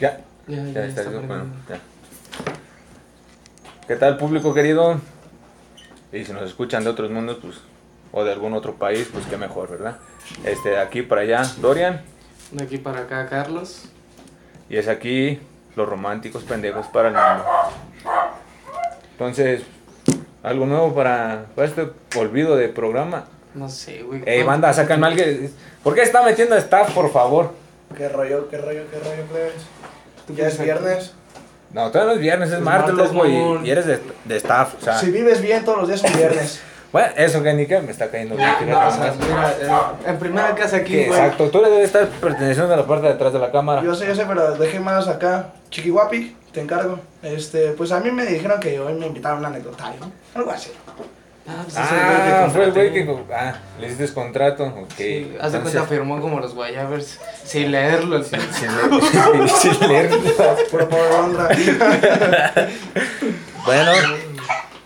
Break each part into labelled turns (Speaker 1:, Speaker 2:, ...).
Speaker 1: Ya.
Speaker 2: Ya,
Speaker 1: Ya,
Speaker 2: ya
Speaker 1: está,
Speaker 2: está
Speaker 1: listo,
Speaker 2: prendido.
Speaker 1: bueno, ya. ¿Qué tal público querido? Y si nos escuchan de otros mundos, pues, o de algún otro país, pues qué mejor, ¿verdad? Este, aquí para allá, Dorian,
Speaker 2: De aquí para acá, Carlos.
Speaker 1: y es aquí los románticos pendejos para el mundo. Entonces, algo nuevo para, para este olvido de programa.
Speaker 2: No sé, güey.
Speaker 1: Ey, banda, sácanme alguien. ¿Por qué está metiendo staff, por favor?
Speaker 3: ¿Qué rollo, qué rollo, qué rollo, plebes?
Speaker 2: ¿Tú
Speaker 3: ¿Ya es
Speaker 2: piensas?
Speaker 3: viernes?
Speaker 1: No, todos los viernes es
Speaker 2: Es
Speaker 1: martes,
Speaker 2: martes,
Speaker 1: loco,
Speaker 2: mamón.
Speaker 1: y, y eres de, de staff, o sea.
Speaker 3: Si vives bien, todos los días es un viernes.
Speaker 1: Bueno, eso que ni que me está cayendo bien. fíjate
Speaker 2: Ah, No, o sea,
Speaker 1: nomás.
Speaker 2: mira, eh, en primera casa aquí,
Speaker 1: Que
Speaker 2: güey.
Speaker 1: Ah, exacto, tú le debes estar perteneciendo a la parte de atrás de la cámara.
Speaker 3: Yo sé, yo sé, pero dejé más acá. Chiquihuapi, te encargo. Este, pues a mí me dijeron que hoy me invitaron a un anecdotario, ¿no? algo así.
Speaker 2: Ah, pues es el güey que
Speaker 1: ah, fue el güey que.
Speaker 2: contraté.
Speaker 1: co- Ah, le hiciste contrato. Ok.
Speaker 2: Sí, haz de
Speaker 1: Entonces,
Speaker 2: cuenta, firmó como los Guayabers. Sin leerlo. sí.
Speaker 1: sin leer- sin leer.
Speaker 3: Puro pobre onda.
Speaker 1: Bueno,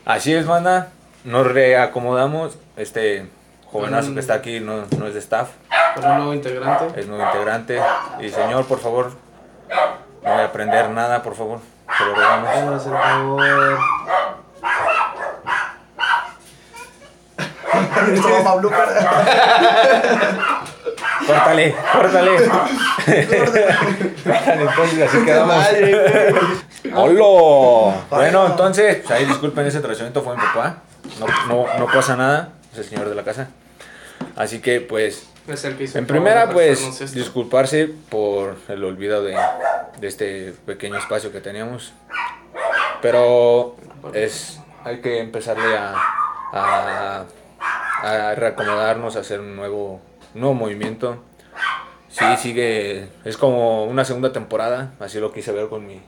Speaker 1: así es, banda. Nos reacomodamos. Este jovenazo que está aquí no, no es de staff,
Speaker 2: Con un nuevo integrante.
Speaker 1: es nuevo integrante. Y señor, por favor, no voy a aprender nada, por favor. Te lo rogamos.
Speaker 2: Vamos, el favor.
Speaker 3: Esto va pa' blooper.
Speaker 1: Córtale, córtale. entonces así quedamos. ¡Hola! Bueno, entonces, pues ahí disculpen ese trazamiento, fue mi papá. No, no, no pasa nada, es el señor de la casa. Así que, pues,
Speaker 2: Es el que hizo
Speaker 1: en
Speaker 2: el favor de
Speaker 1: primera,
Speaker 2: prestarnos
Speaker 1: pues,
Speaker 2: esto.
Speaker 1: disculparse por el olvido de, de este pequeño espacio que teníamos. Pero es, hay que empezarle a, a, a reacomodarnos, a hacer un nuevo, un nuevo movimiento. Sí, sigue, es como una segunda temporada, así lo quise ver con mi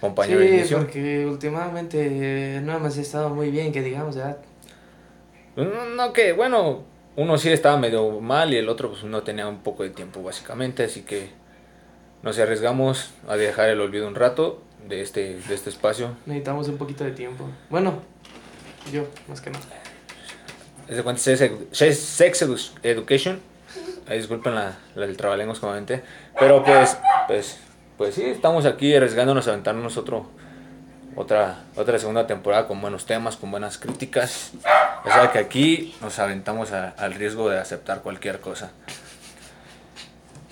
Speaker 1: compañero de
Speaker 2: Sí,
Speaker 1: inicio.
Speaker 2: porque últimamente eh, no hemos estado muy bien, que digamos, ¿verdad?
Speaker 1: Pues, No, no, que bueno, uno sí estaba medio mal y el otro pues no tenía un poco de tiempo básicamente, así que nos arriesgamos a dejar el olvido un rato de este, de este espacio.
Speaker 2: Necesitamos un poquito de tiempo. Bueno, yo, más que nada.
Speaker 1: Es de cuenta Sex, Edu- Sex- Sex Edu- Education. Ahí disculpen la, la- el trabalengos que comenté. Pero pues, pues, pues sí, estamos aquí arriesgándonos a aventarnos otro, otra, otra segunda temporada con buenos temas, con buenas críticas. O sea que aquí nos aventamos a- al riesgo de aceptar cualquier cosa.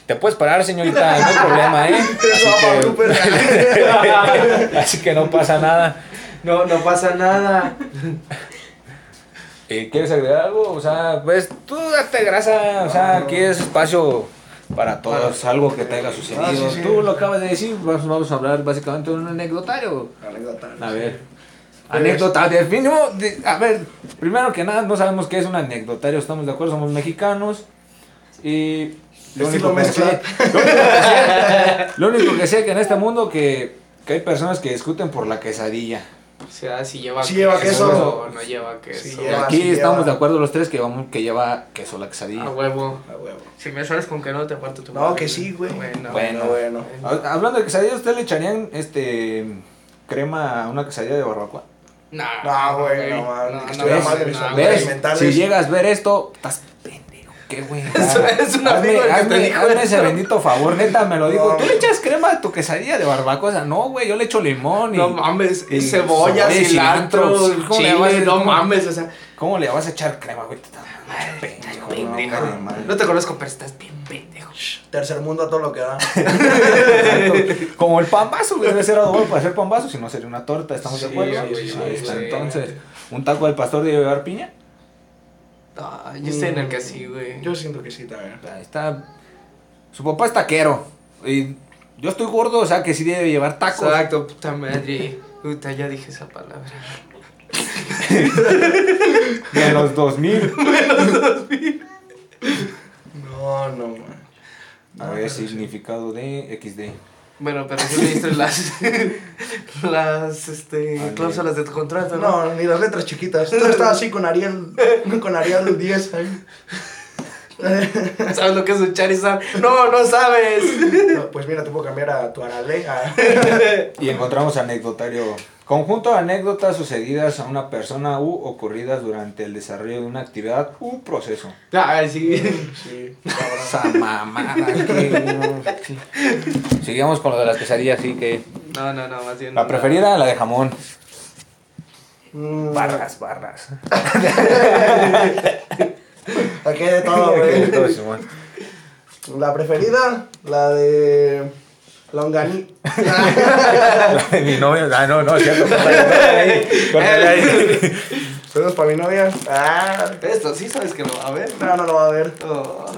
Speaker 1: Te puedes parar, señorita, no hay problema, ¿eh?
Speaker 3: Esto va pa'
Speaker 1: Así
Speaker 3: blooper.
Speaker 1: que, así que no pasa nada.
Speaker 2: No, no pasa nada.
Speaker 1: Eh, ¿Quieres agregar algo? O sea, pues tú date grasa, o sea, aquí es espacio para todos, algo que te haya sucedido.
Speaker 3: Ah, sí, sí.
Speaker 1: Tú lo acabas de decir, vamos, vamos a hablar básicamente de un anecdotario.
Speaker 3: Anecdotario.
Speaker 1: A ver,
Speaker 3: Pues-
Speaker 1: anecdotario, definimos, de- a ver, primero que nada, no sabemos qué es un anecdotario, estamos de acuerdo, somos mexicanos y... Lo
Speaker 3: Estilo
Speaker 1: único, que
Speaker 3: mezcla.
Speaker 1: sé, lo, único que sé- lo único que sé que en este mundo que, que hay personas que discuten por la quesadilla.
Speaker 2: O sea, si lleva
Speaker 3: Si lleva
Speaker 1: queso.
Speaker 2: o no lleva queso.
Speaker 3: Si
Speaker 1: Y
Speaker 3: lleva-
Speaker 1: aquí
Speaker 3: sí
Speaker 1: estamos
Speaker 3: lleva.
Speaker 1: de acuerdo los tres que, vamos, que lleva queso la quesadilla.
Speaker 2: A huevo.
Speaker 3: A huevo.
Speaker 2: Si me sabes con que no, te parto tu
Speaker 3: No,
Speaker 2: madre,
Speaker 3: que sí, güey.
Speaker 2: Bueno.
Speaker 1: Bueno.
Speaker 3: Bueno, bueno.
Speaker 1: Ha- Ah, Hablando de quesadilla, ¿usted le echarían este crema a una quesadilla de barbacoa?
Speaker 2: Nah,
Speaker 3: No, güey, no mames, que estuviera
Speaker 2: no,
Speaker 1: mal
Speaker 2: no,
Speaker 3: de mis
Speaker 2: no,
Speaker 3: amigos.
Speaker 1: ¿Ves?
Speaker 2: güey.
Speaker 3: mentales.
Speaker 1: Si llegas a ver esto, estás pendejo. Qué güey.
Speaker 2: es un amigo el que
Speaker 1: hazme,
Speaker 2: te dijo
Speaker 1: hazme ese
Speaker 2: eso.
Speaker 1: bendito favor, neta, me lo dijo.
Speaker 3: No,
Speaker 1: ¿Tú le
Speaker 3: güey.
Speaker 1: echas crema a tu quesadilla de barbacoa? O sea, no, güey, yo le echo limón y...
Speaker 2: No mames,
Speaker 1: y
Speaker 2: cebolla,
Speaker 1: cebolla,
Speaker 2: cilantro,
Speaker 1: cilantro, ¿cómo le llamas?
Speaker 2: chile, no
Speaker 1: ¿Cómo?
Speaker 2: mames, o sea,
Speaker 1: ¿Cómo le vas a echar crema, güey? Estás pendejo, no,
Speaker 2: pendejo.
Speaker 1: no, madre.
Speaker 2: No te conozco, pero estás bien pendejo.
Speaker 3: Tercer mundo a todo lo que da.
Speaker 1: Exacto. Como el pambazo, güey, debe ser adobo para hacer pambazo, si no sería una torta, estamos de
Speaker 2: Sí,
Speaker 1: acuerdo.
Speaker 2: güey, sí,
Speaker 1: Ahí está,
Speaker 2: güey.
Speaker 1: entonces, un taco del pastor debe llevar piña.
Speaker 2: No, yo estoy en el que sí, güey.
Speaker 3: Yo siento que sí también.
Speaker 1: Ahí está. Su papá es taquero. Y yo estoy gordo, o sea que sí debe llevar tacos.
Speaker 2: Exacto, puta madre. Puta, ya dije esa palabra.
Speaker 1: De los 2000.
Speaker 3: No, no, man.
Speaker 1: A ver, significado de XD.
Speaker 2: Bueno, pero sí leíste las, las, este,
Speaker 1: Ah,
Speaker 2: cláusulas de tu contrato, ¿no?
Speaker 3: No, ni las letras chiquitas. Tú estaba así con Ariel, con Ariel 10 ahí.
Speaker 2: ¿Sabes lo que es un Charizard? No, no sabes.
Speaker 3: No, pues mira, te puedo cambiar a tu Arale. a-
Speaker 1: Y encontramos anecdotario. Conjunto de anécdotas sucedidas a una persona u ocurridas durante el desarrollo de una actividad u proceso.
Speaker 2: Ay, sí.
Speaker 3: Sí, cabrón.
Speaker 1: Esa mamada que- Sigamos con lo de las quesadillas, sí que.
Speaker 2: No, no, no, más bien.
Speaker 1: La preferida, la de jamón.
Speaker 3: Mm,
Speaker 1: Barras, barras.
Speaker 3: Aquí hay de todo,
Speaker 1: Todo,
Speaker 3: güey.
Speaker 1: Simón.
Speaker 3: La preferida, la de. Longani.
Speaker 1: La de mi novio. Ah, no, no, es cierto. Córtale ahí, córtale ahí.
Speaker 3: Saludos para mi novia. Ah,
Speaker 2: Esto sí sabes que lo va a ver.
Speaker 3: no, no lo va a ver. Ah,
Speaker 2: Oh,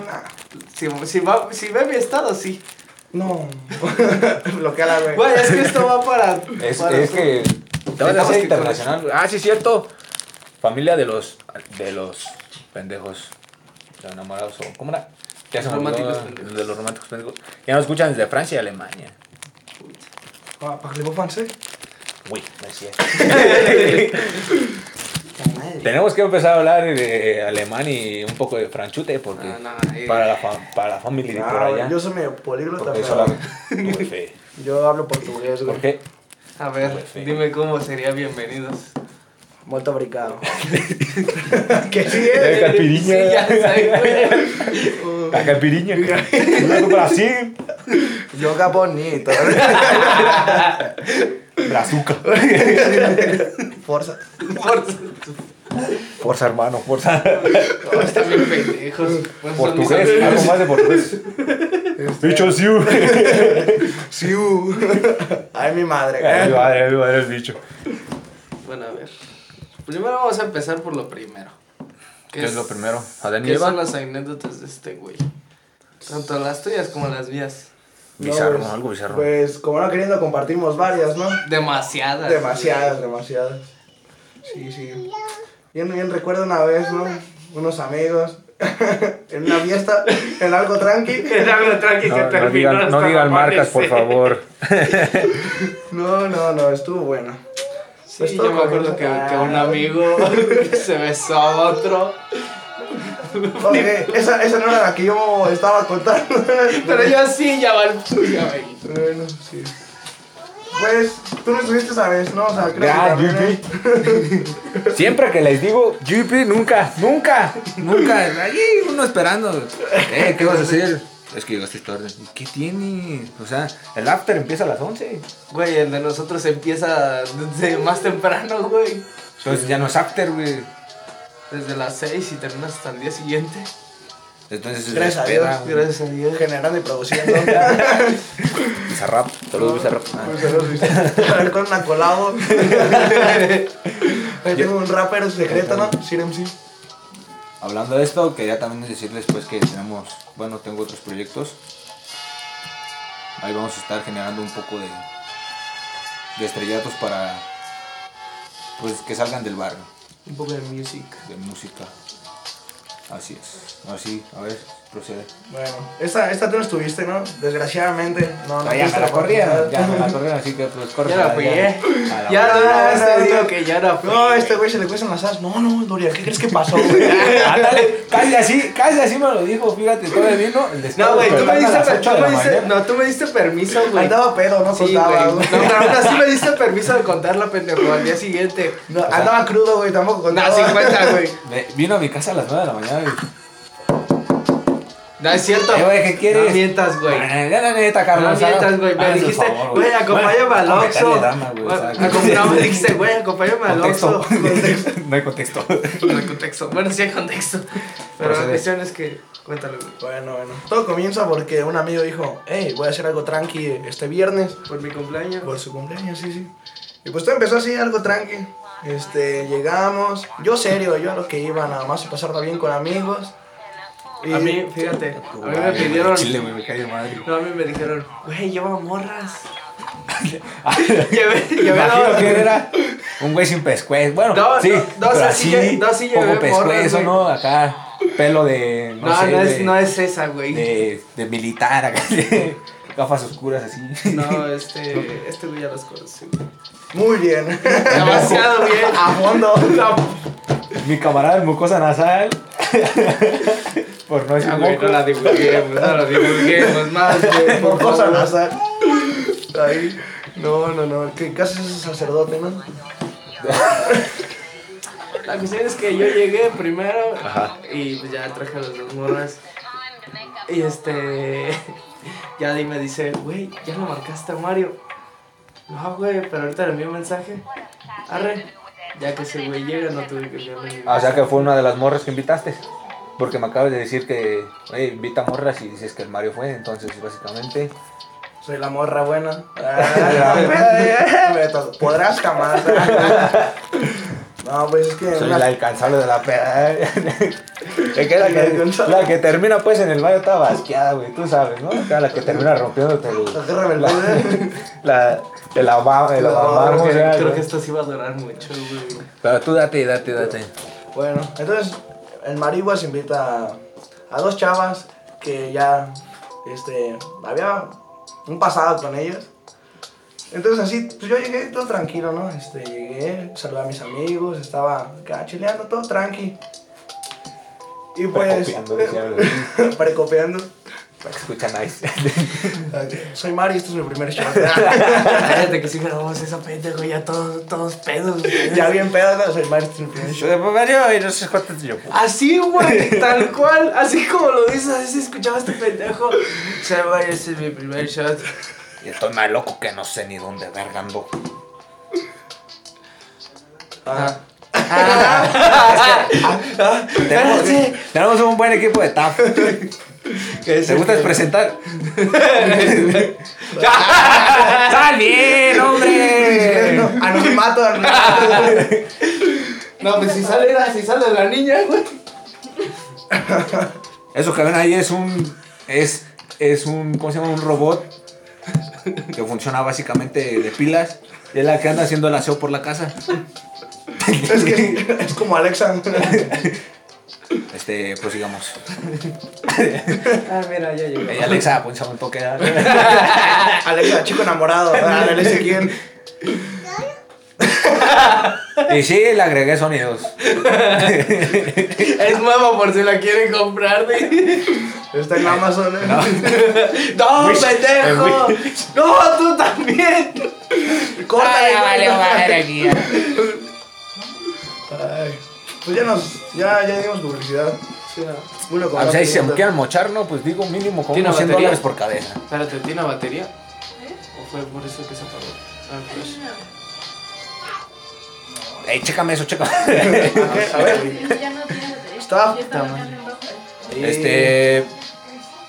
Speaker 2: si, si, va, si ve mi estado, sí.
Speaker 3: No. Bloqueala, güey.
Speaker 2: Güey, es que esto va para.
Speaker 1: Es,
Speaker 2: para
Speaker 1: es que. ¿Te vas a hacer internacional? Ah, sí, es cierto. Familia de los. de los pendejos. De enamorados o. ¿Cómo era? Ya se me olvidó,
Speaker 2: Románticos pendejos.
Speaker 1: De los románticos pendejos. Ya nos escuchan desde Francia y Alemania.
Speaker 3: Ah, ¿Para que le francés?
Speaker 1: Uy, no es cierto. Tenemos que empezar a hablar de alemán y un poco de franchute porque
Speaker 2: No, no, eh.
Speaker 1: para, la fam- para la familia de por
Speaker 3: Ah,
Speaker 1: allá.
Speaker 3: güey, yo soy medio políglota,
Speaker 1: porque
Speaker 3: pero
Speaker 1: solamente- Uy, fe.
Speaker 3: Yo hablo portugués, güey.
Speaker 1: ¿Por qué?
Speaker 2: A ver, dime cómo sería bienvenidos.
Speaker 3: Muito obrigado. que sí, eh.
Speaker 1: Eh,
Speaker 2: Sí,
Speaker 1: Caipirinha.
Speaker 2: ya sé,
Speaker 1: La caipirinha. Luego Brasil.
Speaker 3: Yoga bonito.
Speaker 1: Brazuca.
Speaker 3: Forza.
Speaker 2: güey. Por-
Speaker 1: Forza, hermano, forza.
Speaker 2: No, Oh, están bien pendejos. Pues son mis
Speaker 1: Portugués, algo
Speaker 2: amigos.
Speaker 1: más de portugués. Bicho siu.
Speaker 3: Este, Siu. Ay, mi madre.
Speaker 1: Ay, madre, ay, madre, el bicho.
Speaker 2: Bueno, a ver. Primero vamos a empezar por lo primero.
Speaker 1: ¿Qué es lo primero? ¿Adán y
Speaker 2: ¿Qué son
Speaker 1: Eva?
Speaker 2: las anécdotas de este güey? Tanto las tuyas como las mías.
Speaker 3: No,
Speaker 1: Bizarro,
Speaker 3: pues,
Speaker 1: algo bizarro.
Speaker 3: Pues, como no queriendo, compartimos varias, ¿no?
Speaker 2: Demasiadas.
Speaker 3: Demasiadas, demasiadas. Sí, sí. Yo bien recuerdo una vez, ¿no? Unos amigos. en una fiesta, en algo tranqui.
Speaker 1: No, no digan, no digan marcas, por favor.
Speaker 3: No, no, no, estuvo bueno.
Speaker 2: Sí,
Speaker 3: Pues todo
Speaker 2: yo me acuerdo que,
Speaker 3: comenzó-
Speaker 2: que un amigo se besó a otro.
Speaker 3: Ok, esa, esa no era la que yo estaba contando.
Speaker 2: Pero yo sí, ya va el ya va el-
Speaker 3: Bueno, sí. Pues, tú no estuviste esa vez, ¿no? O sea, creo que
Speaker 1: Ya,
Speaker 3: también, ¿eh?
Speaker 1: GP. Siempre que les digo GP, nunca, nunca, nunca. Allí uno esperando. Eh, ¿qué vas a hacer? Es que llegaste tarde. ¿Y ¿Qué tiene? O sea, el after empieza a las 11.
Speaker 2: Güey, el de nosotros empieza desde más temprano, güey.
Speaker 1: Entonces ya no es after, güey.
Speaker 2: Desde las 6 y termina hasta el día siguiente.
Speaker 1: Entonces es
Speaker 3: Gracias a
Speaker 1: peda,
Speaker 3: Dios,
Speaker 1: güey.
Speaker 2: Gracias a Dios.
Speaker 3: Generando y produciendo.
Speaker 1: Bizarrap. Saludos, Bizarrap. Ah.
Speaker 3: Pues, se los viste. Traer con una colado. Ahí tengo un rapper secreto, ¿no? Sir MC.
Speaker 1: Hablando de esto, quería también decirles pues que tenemos, bueno, tengo otros proyectos. Ahí vamos a estar generando un poco de, de estrellatos para pues que salgan del barrio,
Speaker 2: Un poco de music.
Speaker 1: de música. Así es. Así, a ver, procede.
Speaker 3: Bueno, esta, esta tú no estuviste, ¿no? Desgraciadamente. No, no.
Speaker 1: ya
Speaker 3: tuviste
Speaker 1: me la corrieron,
Speaker 3: oportunidad.
Speaker 1: ya me la corrieron, así que pues corre.
Speaker 2: Ya la pegué.
Speaker 1: a la
Speaker 2: Ya
Speaker 1: madre.
Speaker 2: no,
Speaker 3: no,
Speaker 2: este
Speaker 3: no.
Speaker 2: digo que ya no. fue.
Speaker 3: No, este güey se le cuestan las as. No, no, Dorian, ¿qué crees que pasó, güey?
Speaker 1: Ándale, casi así, casi así me lo dijo, fíjate, todavía vino el
Speaker 2: No,
Speaker 1: descargo,
Speaker 2: güey,
Speaker 1: pero
Speaker 2: tú me
Speaker 1: están a las
Speaker 2: diste,
Speaker 1: ocho
Speaker 2: tú
Speaker 1: de la
Speaker 2: me diste-
Speaker 1: mañana.
Speaker 2: no, tú me diste permiso, güey.
Speaker 3: Andaba pedo, no
Speaker 2: Sí, güey.
Speaker 3: contaba,
Speaker 2: No,
Speaker 3: güey.
Speaker 2: pero aún así me diste permiso de contar la pendejo al día siguiente.
Speaker 3: No, andaba crudo, güey, tampoco
Speaker 2: Nah,
Speaker 3: contaba.
Speaker 2: 50, güey.
Speaker 1: Ve- Vino a mi casa a las 9 de la mañana y
Speaker 2: No, es cierto.
Speaker 1: Eh, güey, ¿qué quieres?
Speaker 2: No mientas, güey.
Speaker 1: Ah, Ya la neta,
Speaker 2: No
Speaker 1: Carlos.
Speaker 2: mientas, güey. Me
Speaker 1: Hazme el
Speaker 2: dijiste,
Speaker 1: favor,
Speaker 2: güey, acompáñame al
Speaker 1: Bueno, vamos a
Speaker 2: Oxxo.
Speaker 1: meterle drama, güey, o sea,
Speaker 2: Bueno, acompáñame- Me dijiste, güey, acompáñame al
Speaker 1: Contexto.
Speaker 2: Oxxo. Contexto.
Speaker 1: No hay contexto.
Speaker 2: No hay contexto. Bueno, sí hay contexto. Pero la
Speaker 1: Procede.
Speaker 2: cuestión es que... Cuéntalo, güey.
Speaker 3: Bueno, bueno. Todo comienza porque un amigo dijo, hey, voy a hacer algo tranqui este viernes
Speaker 2: Por mi cumpleaños.
Speaker 3: por su cumpleaños, sí, sí. Y pues todo empezó así, algo tranqui. Este, llegamos, yo serio, yo a lo que iba nada más a pasarla bien con amigos. Y
Speaker 2: A mí, fíjate, a mí me
Speaker 1: Ay,
Speaker 2: pidieron...
Speaker 1: Chile, güey, me cae de madre.
Speaker 2: No, a mí me dijeron, güey, lleva morras. Llevé, llevé
Speaker 1: Imagino
Speaker 2: dos.
Speaker 1: que era un güey sin pescuez. Bueno,
Speaker 2: No,
Speaker 1: sí.
Speaker 2: no, no,
Speaker 1: pero
Speaker 2: o sea, sí
Speaker 1: así,
Speaker 2: lle- no, sí llevé
Speaker 1: poco
Speaker 2: morras,
Speaker 1: pescuezo,
Speaker 2: güey.
Speaker 1: ¿no? Acá, pelo de. No,
Speaker 2: No,
Speaker 1: sé,
Speaker 2: no es,
Speaker 1: de,
Speaker 2: no es esa, güey.
Speaker 1: de, de militar, acá, de gafas oscuras así.
Speaker 2: No, este, este güey ya los conocí.
Speaker 3: muy bien.
Speaker 2: Demasiado bien.
Speaker 3: a fondo.
Speaker 2: No,
Speaker 1: Mi camarada de mucosa nasal. Por no decir
Speaker 2: Ah, güey,
Speaker 1: moco.
Speaker 2: no la divulguemos, no la divulguemos más, güey,
Speaker 3: Por
Speaker 2: por
Speaker 3: cosa
Speaker 2: favor.
Speaker 3: Salazar. Ahí. No, no, no. Que casi es sacerdote, ¿no?
Speaker 2: La cuestión es que yo llegué primero
Speaker 1: Ajá.
Speaker 2: y pues ya traje a las dos morras. Y este. Ya Di me dice, güey, ya lo marcaste a Mario. No, güey, pero ahorita le envío un mensaje. Arre. Ya que ese güey llega, no tuve que enviarle.
Speaker 1: Ah, O sea que fue una de las morras que invitaste. Porque me acabas de decir que "Ey, invita morras y dices que el Mario fue. Entonces, básicamente.
Speaker 3: Soy la morra buena. Ah, me to- Podrás jamás. No, pues es que.
Speaker 1: Soy
Speaker 3: una-
Speaker 1: la incansable de la peda. ¿eh? Es que la,
Speaker 3: La
Speaker 1: que,
Speaker 3: incansable.
Speaker 1: la que termina pues en el Mario estaba basqueada, güey. Tú sabes, ¿no? Acá La que termina rompiéndote el.
Speaker 3: La guerra rebelde.
Speaker 1: La, el ama- el
Speaker 3: La-
Speaker 1: amamargo,
Speaker 3: creo
Speaker 1: ya,
Speaker 2: Creo
Speaker 1: güey.
Speaker 2: que esto sí va a durar mucho, güey.
Speaker 1: Pero tú date, date, date.
Speaker 3: Bueno, entonces el Marihuas invita a, a dos chavas que ya este, había un pasado con ellos. Entonces así, pues yo llegué todo tranquilo, ¿no? Este, llegué, saludé a mis amigos, estaba acá chileando, todo tranqui. Y pues...
Speaker 1: Precopiando, decía, güey.
Speaker 3: Precopiando.
Speaker 1: Escucha nice.
Speaker 3: Soy Mari, este es mi primer show.
Speaker 2: Cállate que sí grabamos esa pendejo, ya todos, todos pedos, güey.
Speaker 3: ya bien pedo, ¿no? soy Mari, este es mi primer show.
Speaker 1: Mario, y no sé cuánto yo.
Speaker 2: Así, güey, tal cual, así como lo dices, así escuchaba este pendejo. Se va, ese es mi primer shot.
Speaker 1: Y estoy más loco que no sé ni dónde verga ando.
Speaker 3: Ajá.
Speaker 2: Ah,
Speaker 1: Tenemos,
Speaker 2: Espérate.
Speaker 1: tenemos un buen equipo de TAF. ¿Te gusta presentar? ¡Sal bien, hombre!
Speaker 3: Eh, Anonimato, anonimato.
Speaker 2: No, pues si sale, era- si sale la niña, güey.
Speaker 1: Eso que ven ahí es un. Es, es un. ¿Cómo se llama? Un robot que funciona básicamente de pilas. Y es la que anda haciendo el aseo por la casa.
Speaker 3: Es que es como Alexa.
Speaker 1: Este, prosigamos.
Speaker 2: Ah, mira, ya llegó.
Speaker 1: Ey, Alexa, ponchame un toque.
Speaker 3: Alexa, chico enamorado. Ah, Alexa, ¿quién?
Speaker 1: Y sí, le agregué sonidos.
Speaker 2: Es nueva por si la quieren comprar, güey.
Speaker 3: Está en Amazon. ¿eh?
Speaker 2: No,
Speaker 1: Wish.
Speaker 2: pendejo.
Speaker 1: Eh,
Speaker 2: No, tú también.
Speaker 3: Córtale,
Speaker 2: Ah,
Speaker 3: güey.
Speaker 2: vale, madre aquí.
Speaker 3: Ay, Pues ya nos. Ya, ya dimos publicidad.
Speaker 2: Sí, no.
Speaker 3: Muy loco.
Speaker 1: A
Speaker 3: ¿no?
Speaker 1: ver, si se
Speaker 3: Pregunta.
Speaker 1: quieren mochar, no, pues digo mínimo como
Speaker 2: ¿Tiene
Speaker 1: unos 100
Speaker 2: batería?
Speaker 1: dólares por cabeza.
Speaker 2: Espérate, ¿tiene batería? ¿O fue por eso que se apagó? Ah, pues.
Speaker 1: Ey, chécame eso, chécame.
Speaker 3: Ok, A ver.
Speaker 4: Ya no tiene batería.
Speaker 3: Stop.
Speaker 4: Ya está marcando en rojo.
Speaker 1: Este.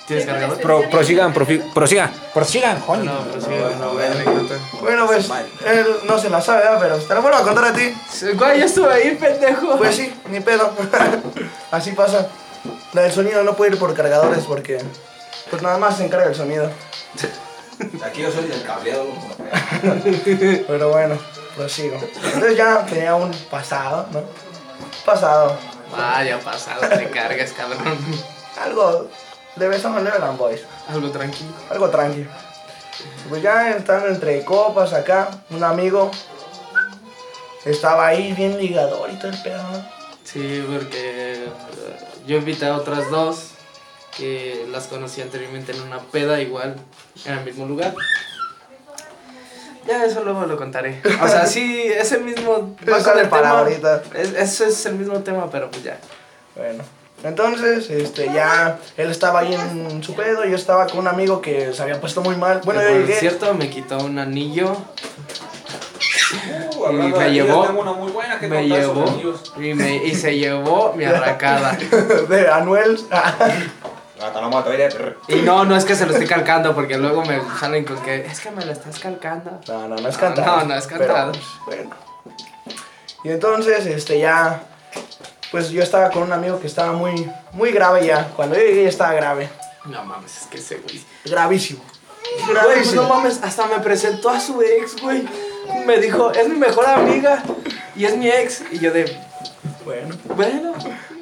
Speaker 2: ¿Tienes cargador?
Speaker 1: pro- prosigan, profi- prosigan. Prosigan, coño.
Speaker 2: No, pero sí, no, güey.
Speaker 3: Bueno, pues. Él no se la sabe, ¿verdad? pero te la vuelvo a contar a ti.
Speaker 2: Güey, yo estuve ahí, pendejo.
Speaker 3: Pues sí, ni pedo. Así pasa. La del sonido no puede ir por cargadores porque. Pues nada más se encarga el sonido.
Speaker 1: Aquí yo soy del cableado.
Speaker 3: Pero bueno, prosigo. Entonces ya tenía un pasado, ¿no? Pasado.
Speaker 2: Vaya Ah, pasado, te cargas, cabrón.
Speaker 3: Algo de Besame Level and Boys.
Speaker 2: Algo tranquilo.
Speaker 3: Algo tranqui. Pues ya estando entre copas acá, un amigo estaba ahí bien ligador y todo el pedo. ¿no?
Speaker 2: Sí, porque eh, yo invité a otras dos que las conocí anteriormente en una peda igual, en el mismo lugar. Ya eso luego lo contaré. O sea, sí, ese mismo...
Speaker 3: Eso
Speaker 2: va con
Speaker 3: sale
Speaker 2: el
Speaker 3: para
Speaker 2: tema.
Speaker 3: ahorita.
Speaker 2: Es, ese es el mismo tema, pero pues ya.
Speaker 3: Bueno. Entonces, este, ya él estaba ahí en su pedo, yo estaba con un amigo que se había puesto muy mal. Bueno,
Speaker 2: Que,
Speaker 3: yo
Speaker 2: por
Speaker 3: llegué.
Speaker 2: cierto, me quitó un
Speaker 1: Uh,
Speaker 2: anillo
Speaker 1: Y
Speaker 2: hablando de anillos, tengo
Speaker 1: una muy buena
Speaker 2: me llevó y, me, y se llevó mi arracada.
Speaker 3: de Anuel.
Speaker 1: Hasta no mato aire.
Speaker 2: Y no, no es que se lo estoy calcando porque luego me salen con que es que me lo estás calcando.
Speaker 3: No, no, no es
Speaker 2: No,
Speaker 3: cantado.
Speaker 2: Ah, no, no es cantado.
Speaker 3: Pero, pues, bueno. Y entonces, este, ya, pues yo estaba con un amigo que estaba muy, muy grave ya. Cuando yo llegué ya estaba grave.
Speaker 2: No mames, es que ese güey.
Speaker 3: Gravísimo.
Speaker 2: Güey, pues no mames, hasta me presentó a su ex, güey. Me dijo, es mi mejor amiga y es mi ex. Y yo de,
Speaker 3: Bueno,
Speaker 2: bueno.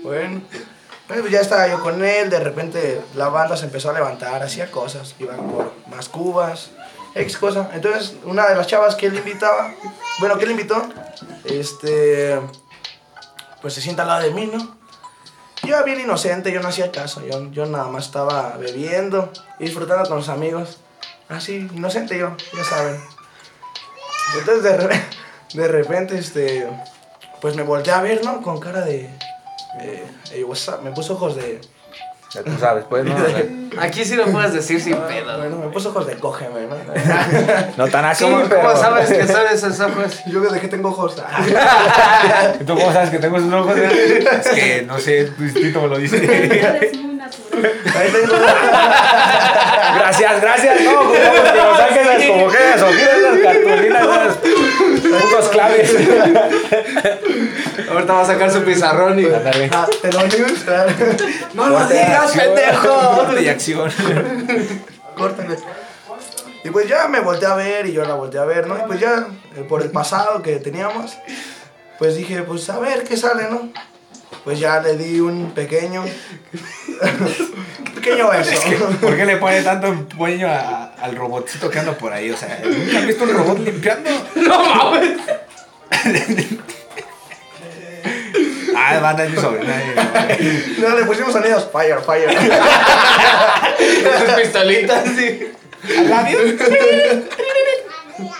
Speaker 3: bueno. Bueno, pues ya estaba yo con él, de repente la banda se empezó a levantar, hacía cosas, iban por más cubas, ex cosas. Entonces, una de las chavas que él invitaba, bueno, que él invitó, este, pues se sienta al lado de mí, ¿no? Yo bien inocente, yo no hacía caso, yo, yo nada más estaba bebiendo y disfrutando con los amigos. Así, inocente yo, ya saben. Entonces de, re- de repente, este, pues me volteé a ver, ¿no? Con cara de... eh, eh, what's up? Me puso ojos de...
Speaker 1: Ya tú sabes, pues, ¿no? O sea,
Speaker 2: Aquí sí lo puedes decir sin pedo.
Speaker 3: Bueno, me puso ojos de cógeme, ¿no?
Speaker 1: No tan así,
Speaker 2: Sí, ¿cómo
Speaker 1: pero...
Speaker 2: sabes pues? que son esos ojos?
Speaker 3: Yo de qué tengo ojos.
Speaker 1: ¿Tú cómo sabes que tengo esos ojos? Es que, no sé, tu instinto me lo dice.
Speaker 4: Eres muy natural.
Speaker 3: Ahí tengo
Speaker 1: Gracias, gracias. No, como que nos saquen las como que las ojeras, las cartulinas, las puntos claves.
Speaker 2: Ahorita va a sacar su pizarrón y...
Speaker 1: Ándale.
Speaker 3: Ah, te lo voy a mostrar. No lo
Speaker 1: Corte de
Speaker 3: digas,
Speaker 1: acción,
Speaker 3: pendejo.
Speaker 1: Corte de acción.
Speaker 3: Córtale. Y pues ya me volteé a ver y yo la volteé a ver, ¿no? Y pues ya, eh, por el pasado que teníamos, pues dije, pues a ver qué sale, ¿no? Pues ya le di un pequeño. pequeño beso.
Speaker 1: ¿Por qué le pone tanto empeño a- al robotcito que anda por ahí? O sea, ¿nunca has visto un robot limpiando?
Speaker 2: ¡No mames!
Speaker 1: Ah, banda es mi sobrina. eh, no.
Speaker 3: No, le pusimos sonidos fire, fire.
Speaker 2: Con sus pistolitas, sí.
Speaker 1: I love you.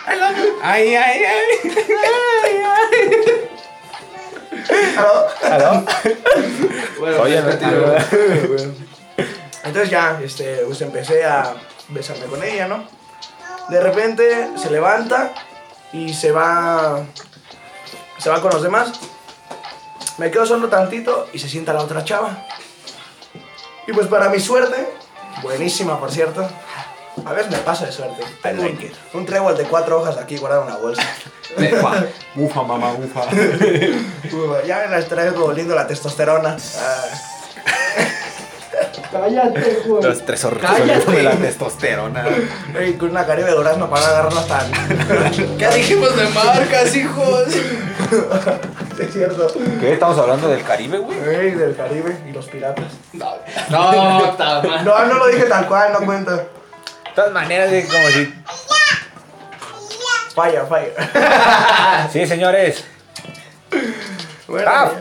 Speaker 1: I love you. Ay, ay, ay.
Speaker 3: ¿Aló?
Speaker 1: ¿Aló?
Speaker 2: Bueno,
Speaker 1: Oye, no,
Speaker 2: pues, continúa.
Speaker 1: no.
Speaker 3: Entonces ya, este, pues empecé a besarme con ella, ¿no? De repente se levanta y se va, se va con los demás. Me quedo solo tantito y se sienta la otra chava. Y pues para mi suerte, buenísima por cierto, a veces me paso de suerte. Tengo un- un trébol de cuatro hojas aquí guardado en una bolsa.
Speaker 1: Ufa, ufa, mamá, ufa.
Speaker 3: Uy, Ya me las traigo lindo la testosterona. Ah, Cállate, güey.
Speaker 1: Los tres horrores
Speaker 2: Cállate.
Speaker 1: de la testosterona.
Speaker 3: Ey, con una caribe de durazno para no agarrarnos tan.
Speaker 2: Ya dijimos de marcas, hijos.
Speaker 3: Sí, es cierto.
Speaker 1: ¿Qué? ¿Estamos hablando del Caribe, güey?
Speaker 3: Ey, del Caribe y los piratas.
Speaker 2: No, no, tama.
Speaker 3: No, no lo dije tal cual, no cuenta.
Speaker 1: De todas maneras, es como si...
Speaker 3: Fire, fire.
Speaker 1: Sí, señores.
Speaker 3: Bueno,
Speaker 1: Staff.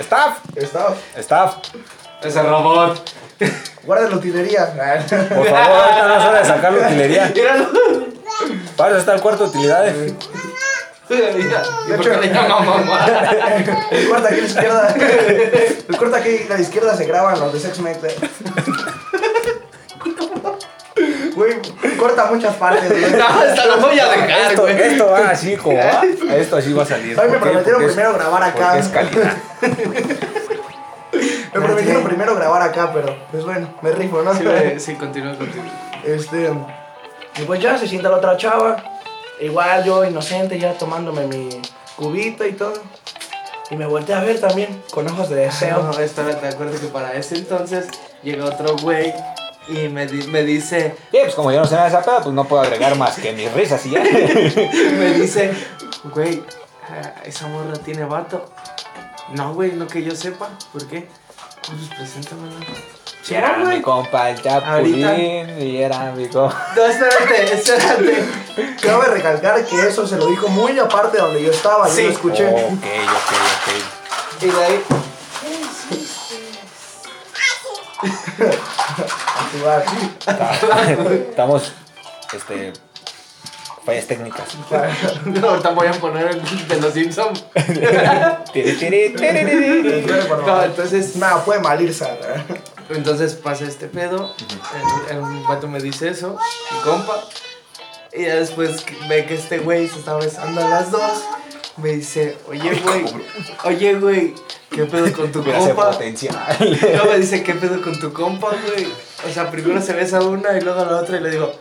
Speaker 1: Staff.
Speaker 3: Staff.
Speaker 1: Staff.
Speaker 2: Ese robot.
Speaker 3: Guarda la utilería.
Speaker 1: Por favor, ahorita no es hora de sacar la utilería.
Speaker 2: Míralo.
Speaker 1: Para eso está el cuarto de utilidades.
Speaker 2: ¿Y por qué le llama mamá?
Speaker 3: El corta aquí a la izquierda. El corta aquí a la izquierda se graban los de Sex Mex, eh. Güey, corta muchas partes, güey.
Speaker 2: No, hasta lo voy a dejar,
Speaker 1: Esto,
Speaker 2: güey.
Speaker 1: esto va así como va. Esto así va a salir.
Speaker 3: Ay, me
Speaker 1: ¿Por qué?
Speaker 3: prometieron
Speaker 1: Porque es-
Speaker 3: primero grabar acá.
Speaker 1: porque es calidad.
Speaker 3: Me prometieron primero grabar acá, pero pues bueno, me rifo, ¿no?
Speaker 2: Sí, güey, Sí, continúa, continúa.
Speaker 3: Este, y pues ya se sienta la otra chava. Igual yo inocente, ya tomándome mi cubito y todo. Y me volteé a ver también, con ojos de deseo.
Speaker 2: No, espera, te acuerdas que para ese entonces llega otro güey y me, di- me dice,
Speaker 1: Sí, pues como yo no sé nada de esa peda, pues no puedo agregar más que mis risas y ya.
Speaker 2: me dice, güey, ah, esa morra tiene vato. No, güey, no que yo sepa, ¿por qué? "Ah, Pues preséntamela. Sí,
Speaker 1: Era
Speaker 2: güey.
Speaker 1: mi compa el Chapulín y era mi compa.
Speaker 2: No, espérate, espérate.
Speaker 3: Cabe recalcar que eso se lo dijo muy aparte de donde yo estaba,
Speaker 2: Sí. Oh.
Speaker 3: yo lo escuché.
Speaker 1: Ok, ok, ok.
Speaker 2: Y de ahí,
Speaker 3: A jugar.
Speaker 1: Está- Estamos, este, fallas técnicas.
Speaker 2: ahorita voy a poner el de los Simpsons.
Speaker 1: Tiri, tiri, tiri, tiri.
Speaker 2: No, entonces
Speaker 3: Nada, fue mal irse. ¿verdad?
Speaker 2: Entonces pasa este pedo, el, el vato me dice eso, mi compa, y ya después que- ve que este güey se está besando a las dos, me dice, oye güey, oye güey, ¿qué pedo con tu
Speaker 1: Mira ese
Speaker 2: compa?
Speaker 1: potencial.
Speaker 2: No, me dice, ¿qué pedo con tu compa, güey? O sea, primero se besa una y luego a la otra y le digo,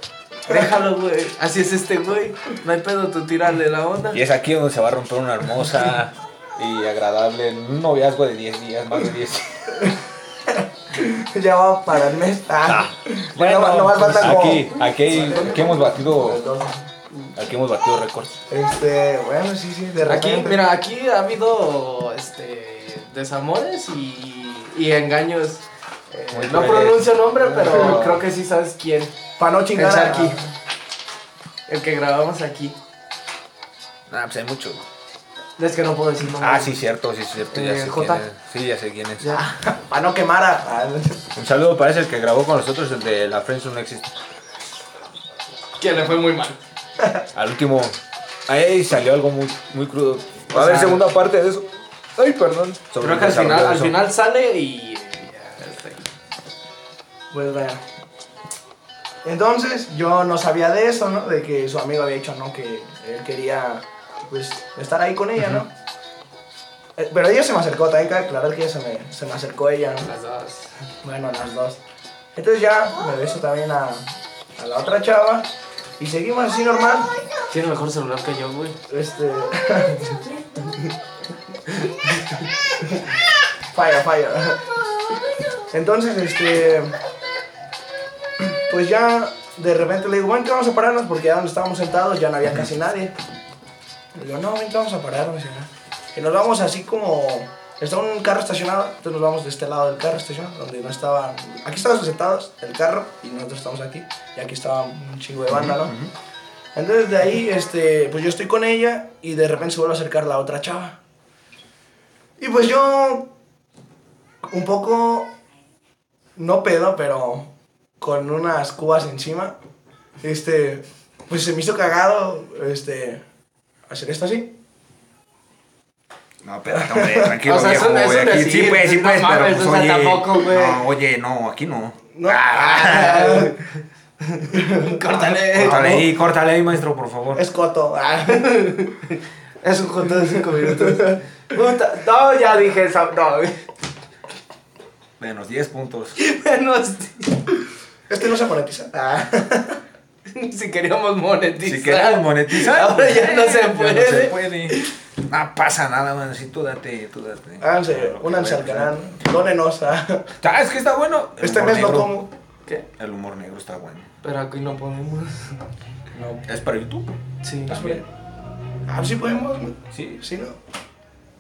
Speaker 2: déjalo, güey, así es este güey, no hay pedo, tú tirarle la onda.
Speaker 1: Y es aquí donde se va a romper una hermosa y agradable un noviazgo de 10 días, más de 10.
Speaker 3: Ya va para el mes. Ah.
Speaker 1: Bueno,
Speaker 3: no, no más
Speaker 1: pues,
Speaker 3: falta como-
Speaker 1: aquí, aquí, hay- aquí hemos batido,
Speaker 3: Entonces,
Speaker 1: aquí hemos batido récords.
Speaker 3: Este, bueno, sí, sí, de repente.
Speaker 2: Aquí, mira, aquí ha habido este, desamores y, y engaños. Eh,
Speaker 1: Muy
Speaker 2: no
Speaker 1: crueles.
Speaker 2: pronuncio nombre, pero creo que sí sabes quién.
Speaker 3: Para no
Speaker 2: El
Speaker 3: chingar a-
Speaker 2: Sharky. El que grabamos aquí.
Speaker 1: Ah, pues hay mucho.
Speaker 2: Es que no puedo decir nombre.
Speaker 1: Ah, sí, cierto, sí, cierto. Ya
Speaker 2: Eh,
Speaker 1: sé quién
Speaker 2: Jota.
Speaker 1: es. Sí, ya sé quién es.
Speaker 2: Ya.
Speaker 3: Para Ah. no quemar a. a-
Speaker 2: Ah.
Speaker 1: Un saludo para ese el que grabó con nosotros, el de La Friendzone No Existe.
Speaker 2: Que le fue muy mal.
Speaker 1: Al último. Ahí salió algo muy, muy crudo. Va a
Speaker 2: O
Speaker 1: haber
Speaker 2: sea-
Speaker 1: segunda parte de eso. Ay, perdón. Sobre
Speaker 2: Pues, ah. Creo que al
Speaker 1: el
Speaker 2: final, al
Speaker 1: desarrollo.
Speaker 2: final sale y. eh, ya, este.
Speaker 3: Pues vaya. Entonces yo no sabía de eso, ¿no? De que su amigo había dicho, ¿no? Que él quería, pues, estar ahí con ella, ¿no? Eh, Pero ella se me acercó, también cabe aclarar que ella se me, se me acercó ella, ¿no?
Speaker 2: Las dos.
Speaker 3: Bueno, las dos. Entonces ya me beso también a, a la otra chava y seguimos así normal.
Speaker 2: Tiene mejor celular que yo, güey.
Speaker 3: Este... falla, falla. Entonces, este. Pues ya de repente le digo, bueno, que vamos a pararnos porque ya donde estábamos sentados ya no había casi nadie. Le digo, no, ven, que vamos a pararnos. ya". Y nos vamos así como. Está un carro estacionado, entonces nos vamos de este lado del carro estacionado, donde no estaba. Aquí estábamos sentados, el carro, y nosotros estamos aquí, y aquí estaba un chingo de banda, ¿no? Entonces de ahí, este, pues yo estoy con ella, y de repente se vuelve a acercar la otra chava. Y pues yo un poco, no pedo, pero con unas cubas encima, este, pues se me hizo cagado, este, hacer esto así.
Speaker 5: No, espérate, hombre, tranquilo,
Speaker 2: O sea,
Speaker 5: viejo,
Speaker 2: es un- es
Speaker 5: güey,
Speaker 2: un
Speaker 5: aquí
Speaker 2: decir,
Speaker 5: sí, pues, sí,
Speaker 2: no
Speaker 5: pues, pero
Speaker 2: mames,
Speaker 5: pues,
Speaker 2: o sea,
Speaker 5: oye,
Speaker 2: tampoco, güey.
Speaker 5: no, oye, no, aquí no.
Speaker 3: No.
Speaker 2: Ah.
Speaker 1: Ah.
Speaker 2: Córtale.
Speaker 5: Córtale ahí, córtale ahí, maestro, por favor.
Speaker 3: Es coto. Ah.
Speaker 2: Es un corto de 5 minutos. Puta, No, ya dije esa. No, güey.
Speaker 5: Menos 10 puntos.
Speaker 2: menos
Speaker 3: Este no se monetiza. Ah.
Speaker 2: si queríamos monetizar.
Speaker 5: Si queremos monetizar, pues,
Speaker 2: Ahora ya no se
Speaker 5: Ya
Speaker 2: puede.
Speaker 5: no se puede. No pasa nada, man, sí, tú date, tú date.
Speaker 3: Háganse,
Speaker 5: Lo que
Speaker 3: únanse al
Speaker 5: veas,
Speaker 3: canal. Dónenos. ah.
Speaker 5: ¿Sabes qué está bueno? El
Speaker 3: Este
Speaker 5: humor
Speaker 3: mes no
Speaker 5: negro.
Speaker 3: como.
Speaker 2: ¿Qué?
Speaker 5: El humor negro está bueno.
Speaker 2: Pero aquí no podemos.
Speaker 3: No.
Speaker 5: ¿Es para YouTube?
Speaker 2: Sí,
Speaker 5: También.
Speaker 3: Ah, sí podemos. ¿no?
Speaker 5: Sí.
Speaker 3: Sí, ¿no?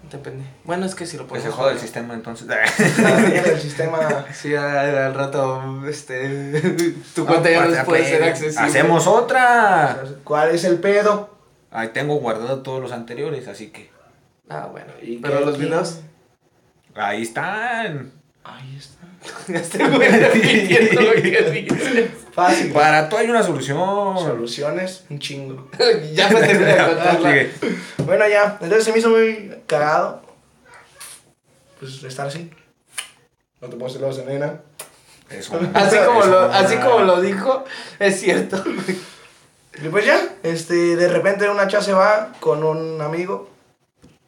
Speaker 2: depende. Bueno, es que si lo
Speaker 5: Pues
Speaker 2: podemos.
Speaker 5: se joda el sistema, entonces.
Speaker 3: Ah, el sistema.
Speaker 2: Sí, al, al rato, este. Tu cuenta ya no
Speaker 5: Aparte,
Speaker 2: puede ser
Speaker 5: aparte,
Speaker 2: accesible.
Speaker 5: pues Hacemos otra.
Speaker 3: ¿Cuál es el pedo?
Speaker 5: Ahí tengo guardado todos los anteriores, así que
Speaker 2: Ah, bueno.
Speaker 3: ¿Y
Speaker 2: Pero
Speaker 3: qué-
Speaker 2: los
Speaker 3: qué?
Speaker 2: videos.
Speaker 5: ahí están.
Speaker 3: Ahí está.
Speaker 2: Este güey repitiendo lo que dices.
Speaker 3: Fácil.
Speaker 5: Para todo hay una solución.
Speaker 3: Soluciones, un chingo.
Speaker 2: ya me terminé de contarla.
Speaker 5: Ah, Sigue.
Speaker 3: Bueno, ya. Entonces se me hizo muy cagado. Pues estar así. No te puedo hacer los de nena.
Speaker 5: Eso, man.
Speaker 2: Así como,
Speaker 5: Eso,
Speaker 2: lo,
Speaker 5: man.
Speaker 2: así como lo dijo, es cierto. güey.
Speaker 3: Y pues ya. Este, de repente una chava se va con un amigo.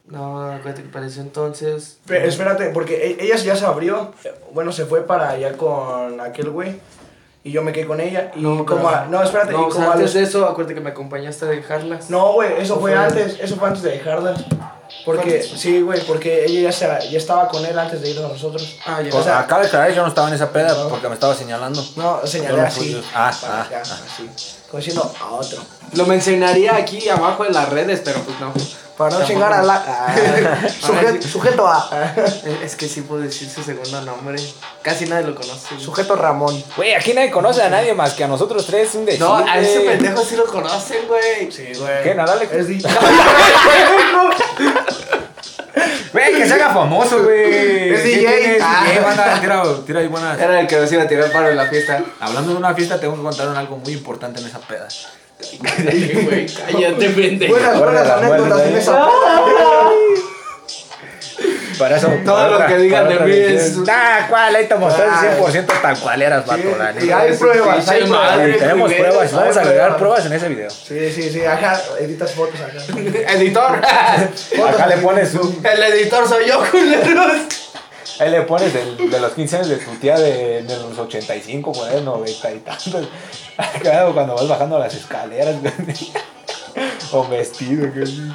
Speaker 2: No, acuérdate que pareció entonces.
Speaker 3: Pero espérate, porque e- ella ya se abrió. Bueno, se fue para allá con aquel güey. Y yo me quedé con ella. Y
Speaker 2: No,
Speaker 3: como
Speaker 2: pero-
Speaker 3: a- No, espérate.
Speaker 2: No,
Speaker 3: y
Speaker 2: o
Speaker 3: como
Speaker 2: sea,
Speaker 3: a
Speaker 2: antes
Speaker 3: los-
Speaker 2: de eso, acuérdate que me acompañaste a dejarlas.
Speaker 3: No, güey, eso fue
Speaker 2: Fue-
Speaker 3: antes. Eso fue antes de dejarla. Porque,
Speaker 2: ¿Cuántos?
Speaker 3: sí, güey, porque ella ya, se- ya estaba con él antes de ir a nosotros.
Speaker 2: Ah, ya.
Speaker 1: O
Speaker 3: O
Speaker 1: sea,
Speaker 3: sea-
Speaker 1: acaba de aclarar, yo no estaba en esa peda porque me estaba señalando.
Speaker 3: No, señalé
Speaker 1: Yo no fui
Speaker 3: así.
Speaker 1: yo. Ah,
Speaker 3: para
Speaker 1: ah,
Speaker 3: acá,
Speaker 1: ah.
Speaker 3: así. Como diciendo a otro.
Speaker 2: Lo mencionaría aquí abajo en las redes, pero pues no.
Speaker 3: Para no
Speaker 2: Tampoco.
Speaker 3: chingar a la. Ah, suje- sujeto A.
Speaker 2: Eh, Es que sí puedo decir su segundo nombre. Casi nadie lo conoce. güey.
Speaker 3: Sujeto Ramón.
Speaker 1: Güey, aquí nadie conoce a nadie más que a nosotros tres. Un
Speaker 2: No, a ese
Speaker 1: decirle.
Speaker 2: pendejo sí lo conocen, güey.
Speaker 3: Sí, güey.
Speaker 1: ¿Qué? ¿Nada le-
Speaker 3: Es di-
Speaker 5: Güey, que se haga famoso, güey.
Speaker 3: Es
Speaker 5: ¿Qué
Speaker 3: DJ.
Speaker 5: tienes?
Speaker 3: Ah.
Speaker 5: DJ, banda, tira, tira ahí buenas.
Speaker 2: Era el que nos iba a tirar paro en la fiesta.
Speaker 5: Hablando de una fiesta, tengo que contar un algo muy importante en esa peda.
Speaker 2: Cállate, güey. Cállate, pendejo.
Speaker 3: Buenas, buenas
Speaker 1: Guarda,
Speaker 3: anécdotas
Speaker 1: guarda,
Speaker 3: en
Speaker 1: eh.
Speaker 3: esa.
Speaker 1: Para eso.
Speaker 2: Todo
Speaker 1: para
Speaker 2: lo
Speaker 1: otra-
Speaker 2: que digan
Speaker 1: para
Speaker 2: de
Speaker 1: otra
Speaker 2: mí
Speaker 1: edición.
Speaker 2: es-
Speaker 1: Ah, cuál, ahí te mostré
Speaker 3: Ah.
Speaker 1: 100% tan cual eras, vato, la
Speaker 3: Y
Speaker 1: neta.
Speaker 3: hay pruebas, hay
Speaker 2: Sí,
Speaker 3: pruebas.
Speaker 2: madre.
Speaker 1: Ay, Tenemos
Speaker 2: primero,
Speaker 1: pruebas,
Speaker 3: hay
Speaker 1: vamos a agregar
Speaker 3: pruebas.
Speaker 1: pruebas en ese video.
Speaker 3: Sí, sí, sí. Acá editas fotos acá.
Speaker 2: Editor.
Speaker 1: Acá le pones un
Speaker 2: El editor soy yo, culeros.
Speaker 1: Ahí le pones del- de los 15 años de tu tía de, de los 85, por ahí, 90 y tantos. Claro, cuando vas bajando las escaleras, güey. O vestido, güey.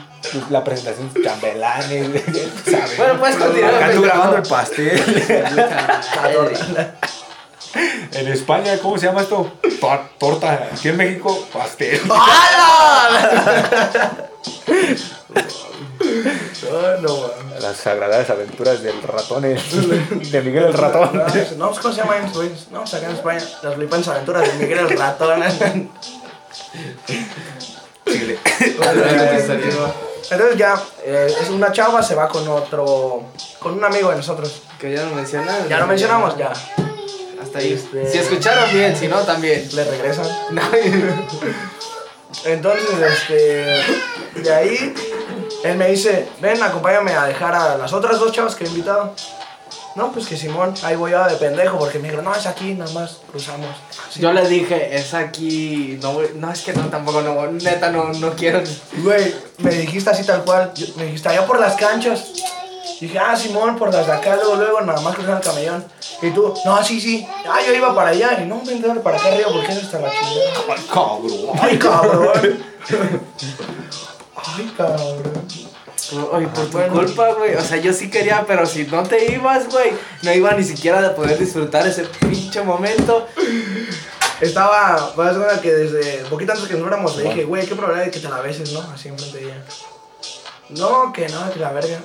Speaker 1: La presentación de chambelanes, güey. ¿sabes?
Speaker 2: Bueno, puedes continuar.
Speaker 5: Acá tú
Speaker 2: pendejo.
Speaker 5: grabando el pastel.
Speaker 3: Catorce.
Speaker 1: En España, ¿cómo se llama esto? Tor- torta. Aquí en México, pastel.
Speaker 3: No, no, güey.
Speaker 1: Las agradables aventuras del ratón, el- de Miguel el ratón.
Speaker 3: No, pues, ¿cómo se llama eso, güey? No, pues acá en España. Las flipantes aventuras de Miguel el ratón.
Speaker 5: Chile.
Speaker 3: Eh, Entonces ya, eh, es una chava se va con otro, con un amigo de nosotros.
Speaker 2: Que ya lo mencionaron.
Speaker 3: Ya lo mencionamos, ya.
Speaker 2: Hasta ahí.
Speaker 3: Este-
Speaker 2: Si escucharon bien, si no, también.
Speaker 3: Le regresan. Entonces, este, de ahí, él me dice, ven, acompáñame a dejar a las otras dos chavas que he invitado. No, pues que Simón, ahí voy yo de pendejo, porque me dijeron, no, es aquí, nada más cruzamos. Sí.
Speaker 2: Yo le dije, es aquí. No, voy- no es que no, tampoco, no, voy- neta, no, no quiero.
Speaker 3: Güey, me dijiste así tal cual, yo- me dijiste allá por las canchas. Dije, ah, Simón, por las de acá, luego, luego, nada más cruzar el camellón. Y tú, no, sí, sí. Ah, yo iba para allá. Y no, pendejo, para acá arriba, porque eso está la chingada.
Speaker 5: Cabrón.
Speaker 3: Ay, cabrón. Ay, cabrón.
Speaker 2: Oye, por tu culpa, güey. O sea, yo sí quería, pero si no te ibas, güey, no iba ni siquiera a poder disfrutar ese pinche momento.
Speaker 3: Estaba, pues una que desde poquito antes que nos fuéramos le dije, güey, qué probabilidad de que te la beses, ¿no? Así enfrente de ella. No, que no, que la verga.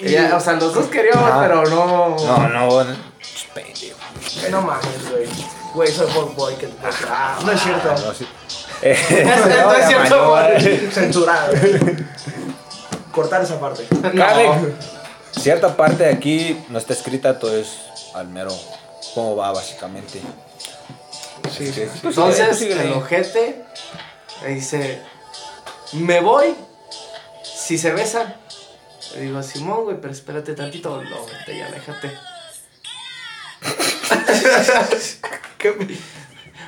Speaker 3: Y
Speaker 2: Ella- o sea, los dos queríamos,
Speaker 5: Ajá.
Speaker 2: pero no.
Speaker 5: No, no, no. Pendejo.
Speaker 3: que no mames, güey. Güey, soy fuck boy, que te ah, No es cierto.
Speaker 1: No, sí. Eh,
Speaker 2: No, no es cierto, güey.
Speaker 3: Censurado. Cortar esa parte.
Speaker 1: Cabe-
Speaker 2: No.
Speaker 1: Cierta parte de aquí no está escrita, todo es al mero cómo va básicamente. Sí, sí. eh,
Speaker 2: Entonces, el ojete le dice, me voy si se besan. Le digo, Simón, güey, pero espérate tantito. No, vete ya, aléjate.
Speaker 3: ¿Qué?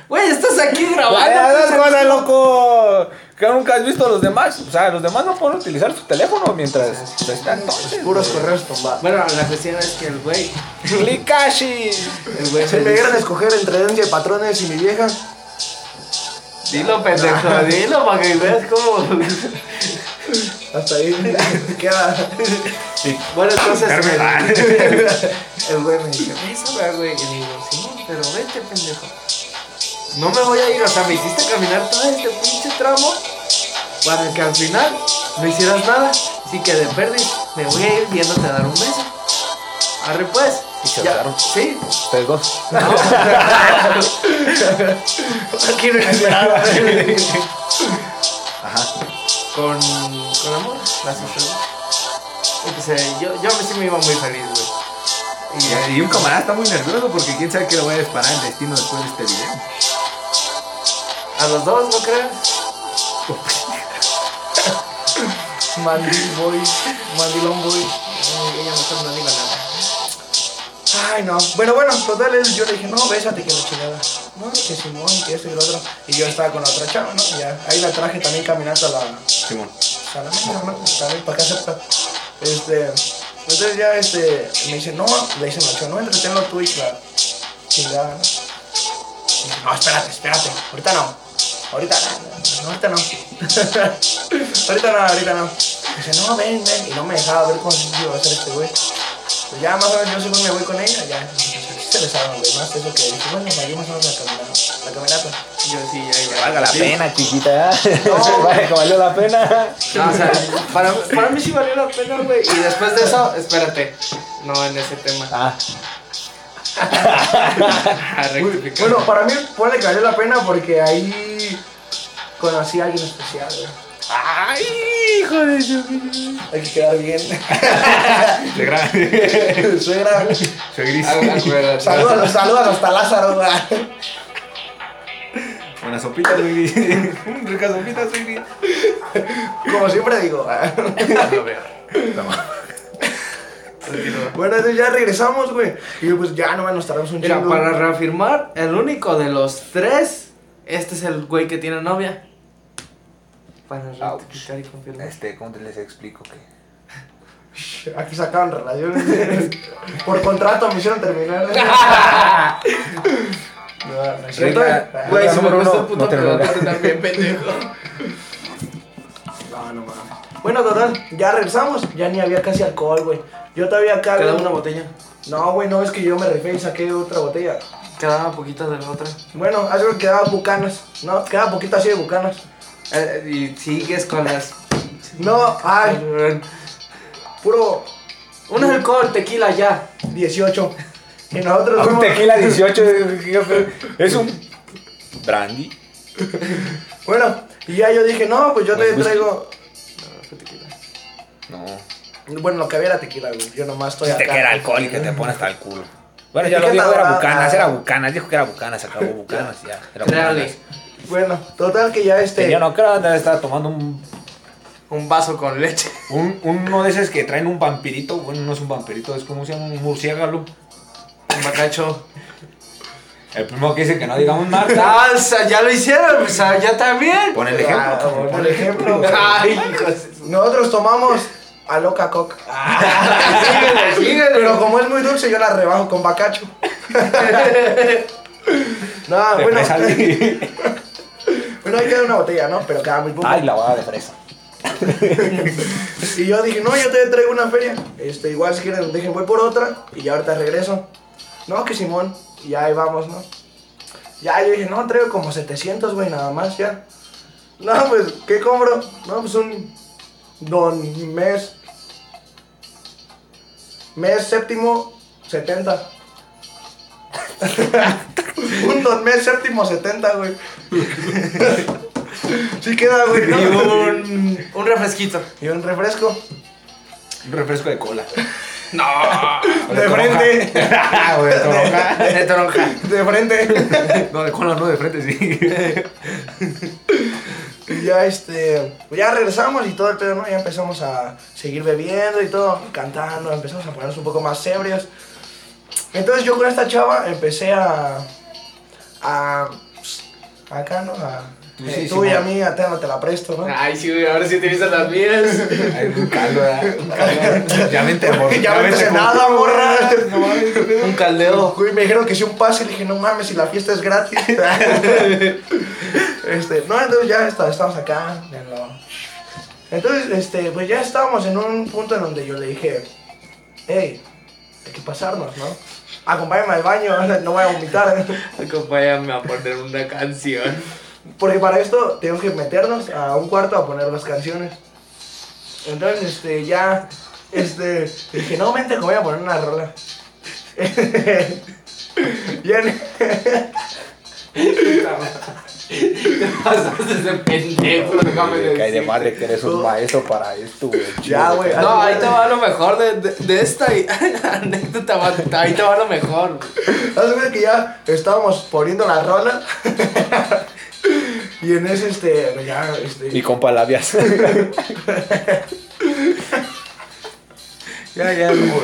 Speaker 2: Güey, estás aquí
Speaker 1: Ah,
Speaker 2: grabando.
Speaker 1: Esas cosas, loco. Que nunca has visto a los demás. O sea, los demás no pueden utilizar su teléfono mientras están todos.
Speaker 3: Puros correos tumbados.
Speaker 2: Bueno, la cuestión es que el güey,
Speaker 1: Clicashi.
Speaker 2: el güey
Speaker 3: Si
Speaker 2: se
Speaker 3: me
Speaker 2: dice,
Speaker 3: dieran a escoger entre Dencia de Patrones y mi vieja,
Speaker 2: dilo pendejo, dilo para que veas cómo.
Speaker 3: hasta ahí queda.
Speaker 2: Bueno, entonces
Speaker 5: Carmen.
Speaker 2: el, el güey me dice, bésame, güey. Y le digo, Simón, pero vete, pendejo. No me voy a ir, o sea, me hiciste caminar todo este pinche tramo para que al final no hicieras nada. Así que de perdiz me voy a ir viéndote a dar un beso. Arre pues.
Speaker 1: Y se
Speaker 2: Ya-
Speaker 1: besaron.
Speaker 2: Sí.
Speaker 1: Ustedes dos.
Speaker 3: Aquí no es nada.
Speaker 2: Con, con amor, las sucedió. Y pues eh, yo, yo sí me iba muy feliz, güey. Y, eh,
Speaker 5: Y un camarada está muy nervioso porque quién sabe que le voy a disparar el destino después de este video.
Speaker 2: a los dos, ¿no crees?
Speaker 3: Mandil Boy, Mandilón Boy.
Speaker 2: Y ella mejor no digo nada.
Speaker 3: Ay, no. Bueno, bueno, total, él- yo le dije, no, bésate que la chingada. No, que Simón, que esto y lo otro. Y yo estaba con la otra chava, ¿no? Y ya, ahí la traje también caminando a la
Speaker 5: Simón.
Speaker 3: Salamanca, ¿no? También para acá acepta. Este, entonces ya, este, me dice, no, le dice Nacho, no, entretenlo tú y la chingada, ¿no? Y dice, No, espérate, espérate, ahorita no. Ahorita no, no, ahorita no. ahorita no, ahorita no. Me dice, no, ven, ven. Y no me dejaba ver cómo se iba a hacer este güey. Pues ya más o menos yo según me voy con ella, ya. Aquí se besaron, güey, más eso que dije, bueno, salió más o menos la caminata. La caminata.
Speaker 2: Yo sí, ya iba.
Speaker 1: Valga la
Speaker 2: Sí.
Speaker 1: pena, chiquita. ¿eh? Vale, que valió la pena.
Speaker 2: No, o sea, para, para mí sí valió la pena, güey. Y después de eso, espérate. No en ese tema.
Speaker 1: Ah,
Speaker 2: A rectificar.
Speaker 3: Bueno, para mí puede que valió la pena porque ahí conocí a alguien especial, güey.
Speaker 1: Ay, hijo de su.
Speaker 3: Hay que quedar bien.
Speaker 5: De grande.
Speaker 3: Suegra.
Speaker 5: Soy gris.
Speaker 2: Ah, acuérdate.
Speaker 3: Saludos, saludos hasta Lázaro, güey.
Speaker 5: Una sopita soy gris. Una rica sopita soy gris.
Speaker 3: Como siempre digo. güey. Bueno, entonces ya regresamos, güey. Y yo, pues ya no nos tardamos un
Speaker 2: Mira,
Speaker 3: chingo.
Speaker 2: para reafirmar, el único de los tres, este es el güey que tiene novia. Para rectificar y confirmar.
Speaker 1: Este, ¿cómo te les explico que?
Speaker 3: Aquí sacaban relaciones. Por contrato me hicieron terminar. No, no es cierto.
Speaker 1: Regla-
Speaker 2: Güey, se me
Speaker 1: Número
Speaker 2: puso
Speaker 1: uno,
Speaker 2: el puto
Speaker 1: no te
Speaker 2: pedote
Speaker 1: drogas.
Speaker 2: también, pendejo.
Speaker 3: No, no mames. Bueno, total, ya regresamos. Ya ni había casi alcohol, güey. Yo todavía acá.
Speaker 2: Quedaba
Speaker 3: güey.
Speaker 2: una botella.
Speaker 3: No, güey, no, es que yo me rifé y saqué otra botella.
Speaker 2: Quedaba poquita de la otra.
Speaker 3: Bueno, algo que quedaba bucanas. No, quedaba poquito así de bucanas.
Speaker 2: Eh, y sigues con las.
Speaker 3: No, ay, puro
Speaker 2: Un alcohol, tequila ya.
Speaker 3: 18. Y nosotros
Speaker 1: Un
Speaker 3: fuimos-
Speaker 1: tequila 18. Es un. Brandy.
Speaker 3: Bueno, y ya yo dije, no, pues yo
Speaker 1: ¿No es
Speaker 3: te
Speaker 1: whisky?
Speaker 3: traigo.
Speaker 2: No, fue tequila.
Speaker 1: No.
Speaker 3: Bueno, lo que había era tequila, güey. Yo nomás estoy
Speaker 1: Dijiste
Speaker 3: Pues acá.
Speaker 1: que era alcohol y que Pues te pone hasta el culo. Bueno,
Speaker 3: Es
Speaker 1: ya
Speaker 3: que
Speaker 1: lo dijo,
Speaker 3: estaba-
Speaker 1: era bucanas, era bucanas, dijo que era bucanas, se acabó bucanas, ya. Era
Speaker 2: Créale,
Speaker 1: bucanas.
Speaker 3: Bueno, total que ya este...
Speaker 1: Que yo no creo que estaba tomando un,
Speaker 2: un vaso con leche.
Speaker 1: un- uno de esos que traen un vampirito, bueno, no es un vampirito, es como se llama un murciélago.
Speaker 2: Un bacacho.
Speaker 1: El primero que dice que no digamos marca.
Speaker 2: Ah, o sea, ya lo hicieron, pues ah, ya también.
Speaker 1: Pon el
Speaker 3: Ah,
Speaker 1: ejemplo.
Speaker 3: por el ejemplo, güey.
Speaker 2: Ay, hijos.
Speaker 3: Nosotros tomamos a loca coca.
Speaker 2: Síguele, síguele.
Speaker 3: Pero como es muy dulce, yo la rebajo con bacacho. no,
Speaker 1: de
Speaker 3: bueno.
Speaker 1: fresa.
Speaker 3: Bueno, ahí queda una botella, ¿no? Pero queda muy poco.
Speaker 1: Ay, la baba de fresa.
Speaker 3: Y yo dije, no, yo te traigo una feria. Este, igual si quieren, dejen, voy por otra y ya ahorita regreso. No, que Simón, y ya ahí vamos, ¿no? Ya, yo dije, no, traigo como 700, güey, nada más, ya. No, pues, ¿qué compro? No, pues un don mes. Mes séptimo, 70. un don mes séptimo, 70, güey. sí queda, güey,
Speaker 2: Y
Speaker 3: ¿no?
Speaker 2: un, un refresquito.
Speaker 3: Y un refresco.
Speaker 1: Un refresco de cola.
Speaker 2: No.
Speaker 1: O de
Speaker 3: De
Speaker 1: toronja.
Speaker 3: frente.
Speaker 1: o de toronja.
Speaker 2: De toronja.
Speaker 3: De frente.
Speaker 1: No, de cola no, de frente sí.
Speaker 3: Y ya este. Ya regresamos y todo el pedo, ¿no? Ya empezamos a seguir bebiendo y todo, cantando, empezamos a ponernos un poco más ebrios. Entonces yo con esta chava empecé a. a. pues, acá, ¿no? A,
Speaker 1: Tú
Speaker 3: eh,
Speaker 1: sí,
Speaker 3: tú y
Speaker 1: Simón.
Speaker 3: a mí, a te, no te la presto, ¿no?
Speaker 2: Ay, sí, güey, ahora sí utilizan las mías.
Speaker 1: Ay, un caldo, ¿verdad? Un caldo. Ya vente, amor.
Speaker 3: Ya vente
Speaker 1: como-
Speaker 3: nada, morra.
Speaker 1: No mames, qué pedo.
Speaker 2: Un caldeo.
Speaker 3: Güey, me dijeron que si un pase, le dije, no mames, si la fiesta es gratis. este, no, entonces ya está, estamos acá. en lo- Entonces, este, pues ya estábamos en un punto en donde yo le dije, hey, hay que pasarnos, ¿no? Acompáñame al baño, no voy a vomitar.
Speaker 2: Acompáñame a poner una canción.
Speaker 3: Porque para esto tengo que meternos a un cuarto a poner las canciones. Entonces, este, ya, este, dije, no, vente, que voy a poner una rola. ya,
Speaker 2: Te pasaste de pendejo, déjame
Speaker 1: Que hay de
Speaker 2: decir.
Speaker 1: madre que eres un maestro para esto, güey.
Speaker 3: Ya, güey.
Speaker 2: No, ahí te va lo mejor de, de, de esta y- anécdota. va- Ahí te va lo mejor.
Speaker 3: Haz de cuenta que ya estábamos poniendo la rola. y en ese, este, ya,
Speaker 1: Y
Speaker 3: este.
Speaker 1: compa labias.
Speaker 3: Ya, ya. No,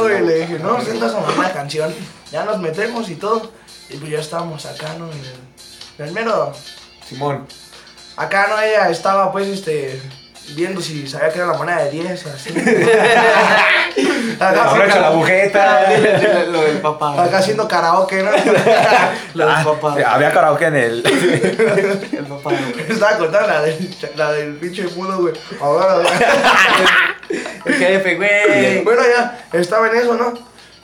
Speaker 3: güey, le dije, no, sientas a mamá la canción. Ya nos metemos y todo. Y pues ya estábamos acá, ¿no? En el, en el mero.
Speaker 1: Simón.
Speaker 3: Acá, ¿no? Ella estaba, pues, este. Viendo si sabía que era la moneda de 10 o así. acá,
Speaker 1: Aprovecha la bujeta.
Speaker 2: Dile Lo del papá.
Speaker 3: acá haciendo karaoke, ¿no?
Speaker 2: Lo del papá.
Speaker 1: Había karaoke en el.
Speaker 2: El papá, güey.
Speaker 3: Estaba contando la del, la del pinche mudo, güey. Ahora, güey.
Speaker 2: El jefe, güey.
Speaker 3: Bueno, ya estaba en eso, ¿no?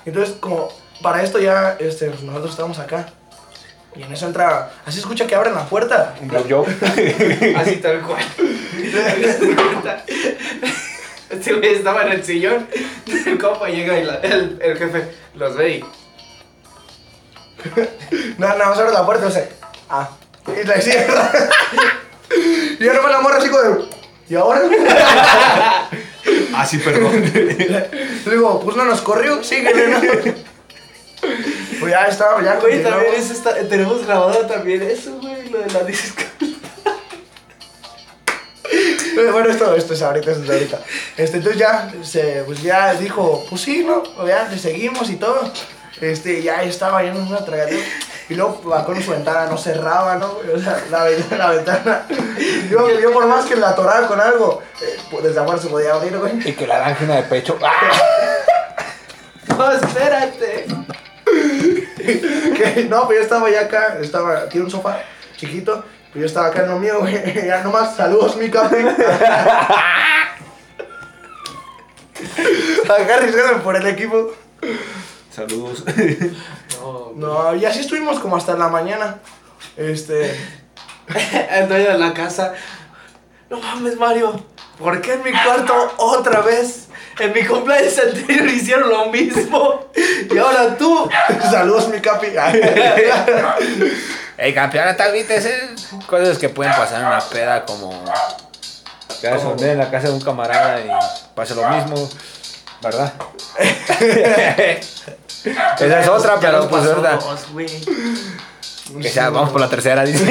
Speaker 3: Entonces, como para esto ya este, pues, nosotros estábamos acá. Y en eso entra. Así escucha que abren la puerta.
Speaker 1: Un blowjob.
Speaker 2: Así tal cual. Este güey estaba en el sillón. El compa llega y la- el, el jefe los ve y.
Speaker 3: No, no, se abre la puerta, o sea. Ah. Y la cierra. y ahora me la morra así como de. ¿Y ahora?
Speaker 1: Ah, sí, perdón.
Speaker 3: Le digo, pues no nos corrió, síguele, ¿no? pues ya estaba, ya
Speaker 2: Güey,
Speaker 3: continuamos.
Speaker 2: también eso está, tenemos grabado también eso, güey, lo de la disco.
Speaker 3: Bueno, esto, esto es ahorita, esto es ahorita. Este, entonces ya, se, pues ya dijo, pues sí, ¿no? Ya te seguimos y todo. Este, ya estaba ya en una tragadera. Y luego va con su ventana, no cerraba, ¿no? O sea, la, ve- la ventana. Yo, yo por más que la atoraba con algo, eh, pues, desde afuera se podía abrir, güey.
Speaker 1: Y que la lágrima de pecho. ¡Ah!
Speaker 2: No, espérate.
Speaker 3: Que, no, pues yo estaba ya acá, estaba, tiene un sofá chiquito, pues yo estaba acá en lo mío, güey. Ya nomás, saludos, mi café. Acá arriesgándome por el equipo.
Speaker 1: Saludos.
Speaker 2: No.
Speaker 3: No, y así estuvimos como hasta la mañana. Este.
Speaker 2: El dueño de la casa. No mames, Mario. ¿Por qué en mi cuarto otra vez? En mi cumpleaños anterior hicieron lo mismo. Y ahora tú.
Speaker 3: Saludos, mi capi.
Speaker 1: El campeón está ahorita, es cosas que pueden pasar en una peda como. Cada sondeo en la casa de un camarada y pasa lo mismo, ¿verdad? Esa es otra,
Speaker 2: Ya
Speaker 1: pero
Speaker 2: nos
Speaker 1: pues
Speaker 2: pasó
Speaker 1: verdad.
Speaker 2: dos, güey.
Speaker 1: Que sea, vamos por la tercera, dice.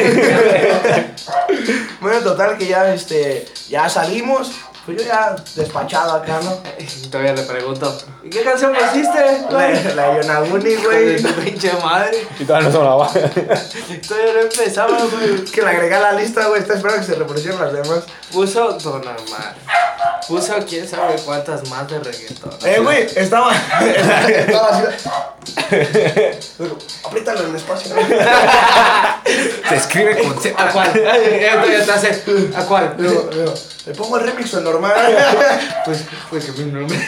Speaker 3: Bueno, total que ya, este, ya salimos. Pues yo ya despachado acá, ¿no?
Speaker 2: Todavía le pregunto, ¿y qué canción pusiste?
Speaker 3: La,
Speaker 2: güey?
Speaker 3: la Yonaguni,
Speaker 2: Güey,
Speaker 3: güey.
Speaker 2: tu pinche madre.
Speaker 1: Y todavía no son la baja.
Speaker 2: Todavía no empezaba, güey.
Speaker 3: Que la agregué a la lista, güey. Está esperando que se reproducieran las demás.
Speaker 2: Puso Don Omar. Puso quién sabe cuántas más de reggaetón.
Speaker 3: Eh, güey, estaba. estaba así. Luego, Apriétalo en el espacio.
Speaker 5: Se escribe con Z.
Speaker 2: ¿A cuál? Ay, ya todavía te hace, ¿A cuál?
Speaker 3: Luego, luego, le pongo el remix o el normal.
Speaker 2: Pues, pues que mi nombre.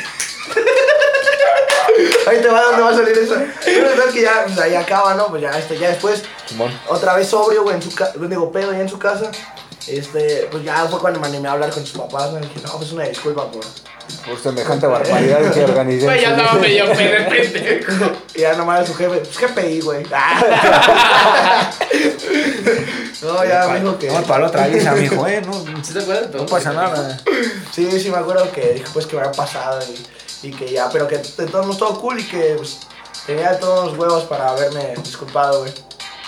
Speaker 3: Ahí te va donde va a salir eso. Pero total que ya, o sea, ya acaba, ¿no? Pues ya, este, ya después
Speaker 1: Simón.
Speaker 3: otra vez sobrio, güey, en su casa, digo, pedo ya en su casa. Este, pues ya fue cuando me animé a hablar con sus papás, me dije, no, pues una disculpa por...
Speaker 1: Por semejante barbaridad que organizé.
Speaker 2: Güey, ya andaba medio pedo, pendejo.
Speaker 3: Y ya nomás su jefe, pues qué pedí, güey. no, ya me dijo que...
Speaker 5: Vamos para la otra guisa, mijo, eh. No, no
Speaker 2: ¿Sí te acuerdas? No
Speaker 5: pasa nada.
Speaker 3: Sí, sí, me acuerdo que dijo, pues que me había pasado y, y que ya, pero que de todos modos todo cool y que pues, tenía todos los huevos para haberme disculpado, güey.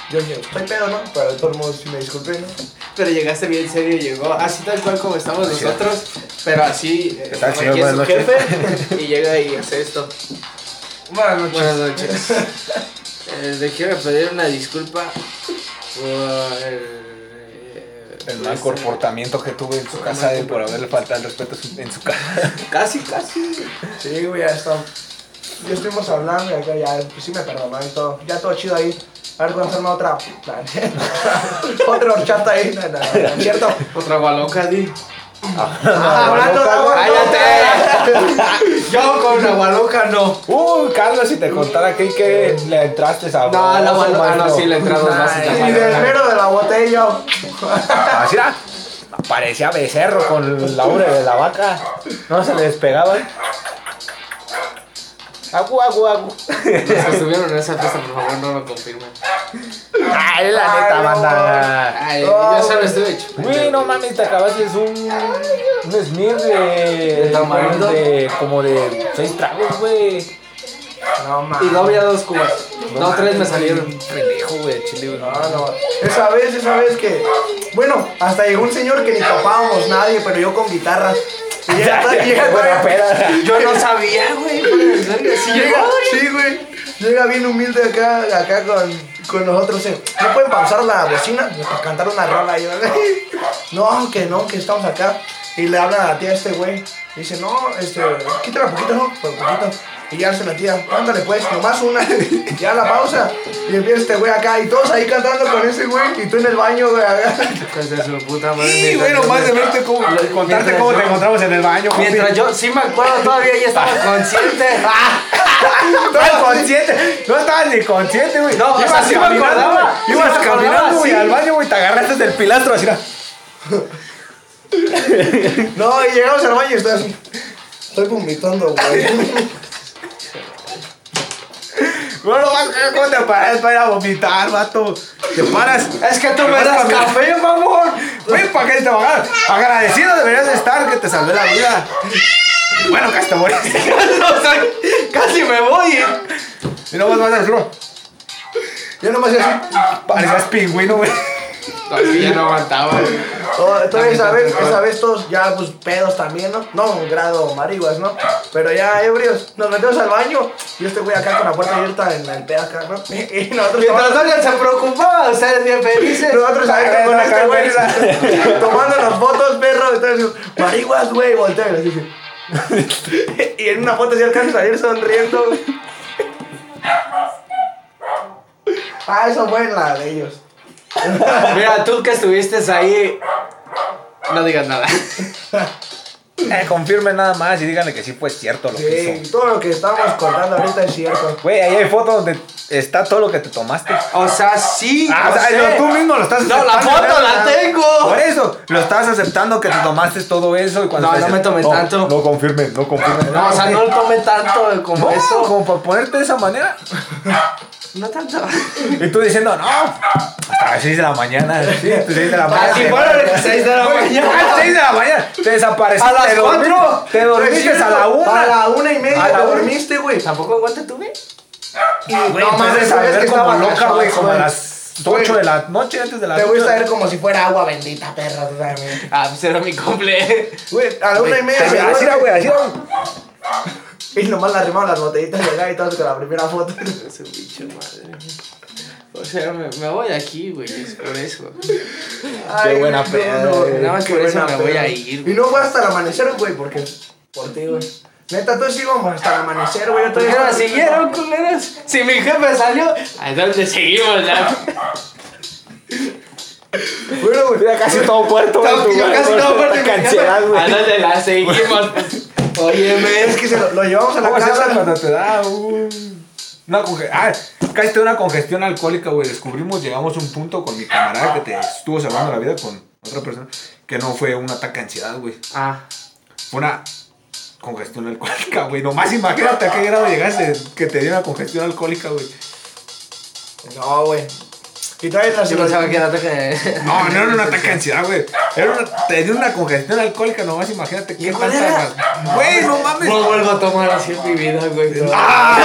Speaker 3: Yo dije, pues estoy pedo, ¿no? Pero de todos modos sí me disculpé, ¿no?
Speaker 2: Pero llegaste bien serio, llegó así tal cual como estamos nosotros, pero así. eh,
Speaker 5: ¿Qué tal,
Speaker 2: aquí
Speaker 5: señor?
Speaker 2: es su
Speaker 5: Buenas noches.
Speaker 2: jefe y llega y hace esto.
Speaker 3: Buenas noches.
Speaker 2: Buenas noches. Eh, le quiero pedir una disculpa por el. eh,
Speaker 1: El mal
Speaker 2: este-
Speaker 1: comportamiento que tuve en su casa y por haberle faltado el respeto su- en su casa.
Speaker 2: Casi, casi.
Speaker 3: Sí, güey, ya está. Ya estuvimos hablando y acá ya, pues sí me perdonaron y todo. Ya todo chido ahí. A ver, cuando arma otra. otra horchata ahí, no, no, no, no, ¿cierto?
Speaker 2: Otra gualoca, di.
Speaker 3: Ah, hablando de agua,
Speaker 2: ¡Cállate! Yo con la gualoca no.
Speaker 1: Uh, Carlos, si te contara aquí que le entraste a
Speaker 2: No, la gualoca no, sí le entramos más y
Speaker 3: Y del mero de la botella.
Speaker 1: Así era. Parecía becerro con la ubre de la vaca. No se le despegaba. Agu, agu, agu.
Speaker 2: Los que estuvieron en esa fiesta, por favor, no lo confirmen.
Speaker 1: Ay, la neta, banda.
Speaker 2: Ay,
Speaker 3: No,
Speaker 2: yo solo
Speaker 3: güey.
Speaker 2: estuve hecho.
Speaker 1: Uy, no mames, te acabaste un. Un smear de.
Speaker 2: ¿De tamarindo?
Speaker 1: de- como de seis tragos, güey.
Speaker 3: No,
Speaker 2: Y no había
Speaker 3: mames.
Speaker 2: dos cubas. No, tres me salieron. Ah,
Speaker 1: Pendejo, güey, chile, güey.
Speaker 3: No, no. Esa vez, esa vez que. Bueno, hasta llegó un señor que ni topábamos nadie, pero yo con guitarras. Y llega,
Speaker 1: Ya,
Speaker 3: llega-
Speaker 1: buena peda.
Speaker 2: Yo no sabía, güey. Sí,
Speaker 3: Llega, sí, güey. Llega bien humilde acá, acá con, con nosotros. eh, ¿No pueden pausar la bocina para cantar una rola? Y yo, no, que no, que estamos acá. Y le habla a la tía a este güey. Y Dice, no, este, quítala poquito, ¿no? Por poquito. Y ya hace la tía, ándale pues, nomás una. ya la pausa. Y empieza este güey acá. Y todos ahí cantando con ese güey. Y tú en el baño, güey. acá.
Speaker 2: Pues de su puta madre.
Speaker 5: Y
Speaker 2: mientras
Speaker 5: bueno,
Speaker 2: yo-
Speaker 5: más de verte cómo,
Speaker 2: Lo-
Speaker 5: contarte
Speaker 2: mientras
Speaker 5: cómo
Speaker 2: yo-
Speaker 5: te encontramos en el baño, compi.
Speaker 2: Mientras yo sí me acuerdo todavía, ya estaba consciente.
Speaker 5: Estaba consciente, no estabas ni consciente, güey.
Speaker 2: No, o sea,
Speaker 5: ibas
Speaker 2: sí me
Speaker 5: caminando,
Speaker 2: acordaba, sí
Speaker 5: ibas
Speaker 2: me acordaba,
Speaker 5: caminando, güey,
Speaker 2: sí.
Speaker 5: al baño, güey, te agarraste del pilastro, así, era.
Speaker 3: No, y llegamos al baño y estoy así. Estoy vomitando, güey.
Speaker 5: No lo vas a creer cómo te paras para ir a vomitar, vato. Te paras.
Speaker 2: Es que tú me
Speaker 5: Vas
Speaker 2: das
Speaker 5: caminando.
Speaker 2: café, mamón.
Speaker 5: Güey, ¿para qué te va a agarrar? Agradecido deberías estar que te salvé la vida. Bueno, casi te moriste.
Speaker 2: O sea, Casi me voy.
Speaker 5: Y no vas a decirlo.
Speaker 3: Yo nomás así.
Speaker 5: Parecías pingüino, güey.
Speaker 2: Todavía no aguantaba.
Speaker 3: Oh, entonces esa vez, esa vez todos ya pues pedos también, ¿no? No, un grado marihuas, ¿no? Pero ya ebrios, nos metemos al baño y este güey acá con la puerta abierta en el pedo acá, ¿no? Y nosotros,
Speaker 2: Mientras alguien se preocupaba, ustedes bien felices.
Speaker 3: nosotros adentro con este güey tomándonos fotos, perro, entonces marihuas, güey, voltea y les dije. y en una foto sí alcanza a salir sonriendo, güey. Ah, eso fue en la de ellos.
Speaker 2: Mira, tú que estuviste ahí. No digas nada.
Speaker 1: Eh, confirmen nada más y díganle que sí fue cierto lo que
Speaker 3: Sí,
Speaker 1: hizo.
Speaker 3: todo lo que estamos contando ahorita es cierto.
Speaker 1: Güey, ahí hay fotos donde está todo lo que te tomaste.
Speaker 2: O sea, pues sí.
Speaker 5: Ah,
Speaker 2: yo
Speaker 5: o sea,
Speaker 2: sé.
Speaker 5: lo- tú mismo lo estás
Speaker 2: No, la
Speaker 5: aceptando,
Speaker 2: foto
Speaker 5: ¿verdad?
Speaker 2: la tengo.
Speaker 5: Por eso,
Speaker 1: Lo estabas aceptando que te tomaste todo eso y cuando
Speaker 2: No,
Speaker 1: te
Speaker 2: no
Speaker 1: dicen,
Speaker 2: me tomé tanto".
Speaker 1: No confirmen, no confirmen.
Speaker 2: No, o sea, no lo tomé tanto como
Speaker 1: No,
Speaker 2: eso.
Speaker 1: como para ponerte de esa manera.
Speaker 2: No tanto.
Speaker 1: Y tú diciendo, no, hasta las 6 de la mañana. Sí, 6 de la mañana.
Speaker 2: Así fueron las 6 Ah, de la
Speaker 1: A las
Speaker 2: mañana.
Speaker 1: 6 de la mañana. Te desapareciste.
Speaker 2: A las
Speaker 1: te dormiste,
Speaker 2: cuatro.
Speaker 1: Te dormiste a la 1.
Speaker 3: A la una y media
Speaker 1: A la
Speaker 3: te
Speaker 1: una.
Speaker 3: dormiste, güey.
Speaker 2: ¿Tampoco aguante tuve?
Speaker 3: Y no
Speaker 1: No
Speaker 3: más
Speaker 1: mames,
Speaker 3: eso,
Speaker 1: a
Speaker 3: es que
Speaker 1: ver como
Speaker 3: estaba
Speaker 1: loca,
Speaker 3: agachado,
Speaker 1: güey, como a las 8 de la noche, antes de las
Speaker 3: Te voy a
Speaker 1: ocho.
Speaker 3: saber como si fuera agua bendita, perra, tú también.
Speaker 2: Ah, pues era mi cumple.
Speaker 3: Güey, a la una y media.
Speaker 1: Te-
Speaker 3: me
Speaker 1: Así era,
Speaker 3: duermo.
Speaker 1: güey, así era, güey.
Speaker 3: Y nomás le arrimaron las botellitas de acá y todas con la primera foto.
Speaker 2: Su bicho madre. O sea, me, me voy de aquí, güey. Es por eso.
Speaker 3: Ay,
Speaker 1: buena
Speaker 3: no,
Speaker 1: peda,
Speaker 3: no,
Speaker 1: güey.
Speaker 2: Nada más
Speaker 3: qué
Speaker 2: por eso
Speaker 3: buena
Speaker 2: me voy
Speaker 3: peda.
Speaker 2: a ir,
Speaker 3: Y
Speaker 2: güey.
Speaker 3: no fue hasta el amanecer, güey, porque. Por ti, güey. Neta, todos íbamos hasta el amanecer, güey. yo
Speaker 2: ¿Por qué
Speaker 3: todavía
Speaker 2: no la
Speaker 3: estaba-
Speaker 2: Pues siguieron, culeros? Si mi jefe salió, ¿a dónde seguimos, ya?
Speaker 3: Bueno, güey.
Speaker 1: Mira, casi todo puerto, güey.
Speaker 2: Estaba-
Speaker 1: tu
Speaker 2: yo
Speaker 1: güey,
Speaker 2: casi
Speaker 1: por
Speaker 2: estaba
Speaker 1: esta
Speaker 2: puerto y me
Speaker 1: Ansiedad,
Speaker 2: ¿A
Speaker 1: güey.
Speaker 2: dónde la seguimos? Óyeme.
Speaker 3: Es que se lo, lo llevamos a la
Speaker 1: ¿Cómo se llama
Speaker 3: casa.
Speaker 1: cuando te da un... Una conge- ah, casi te da una congestión alcohólica, güey. Descubrimos, llegamos a un punto con mi camarada que te estuvo salvando la vida con otra persona, que no fue un ataque de ansiedad, güey.
Speaker 2: Ah,
Speaker 1: Fue una congestión alcohólica, güey. Nomás imagínate a qué grado llegaste que te dio una congestión alcohólica, güey.
Speaker 3: No, güey. Y todavía la
Speaker 2: yo pensaba que era ataque.
Speaker 1: No, no era un ataque de ansiedad, güey. Era una, te dio una congestión alcohólica, nomás imagínate qué
Speaker 3: cuál
Speaker 1: tanta... Güey, no mames.
Speaker 2: No vuelvo a tomar así en mi vida, güey.
Speaker 1: ¡Ah!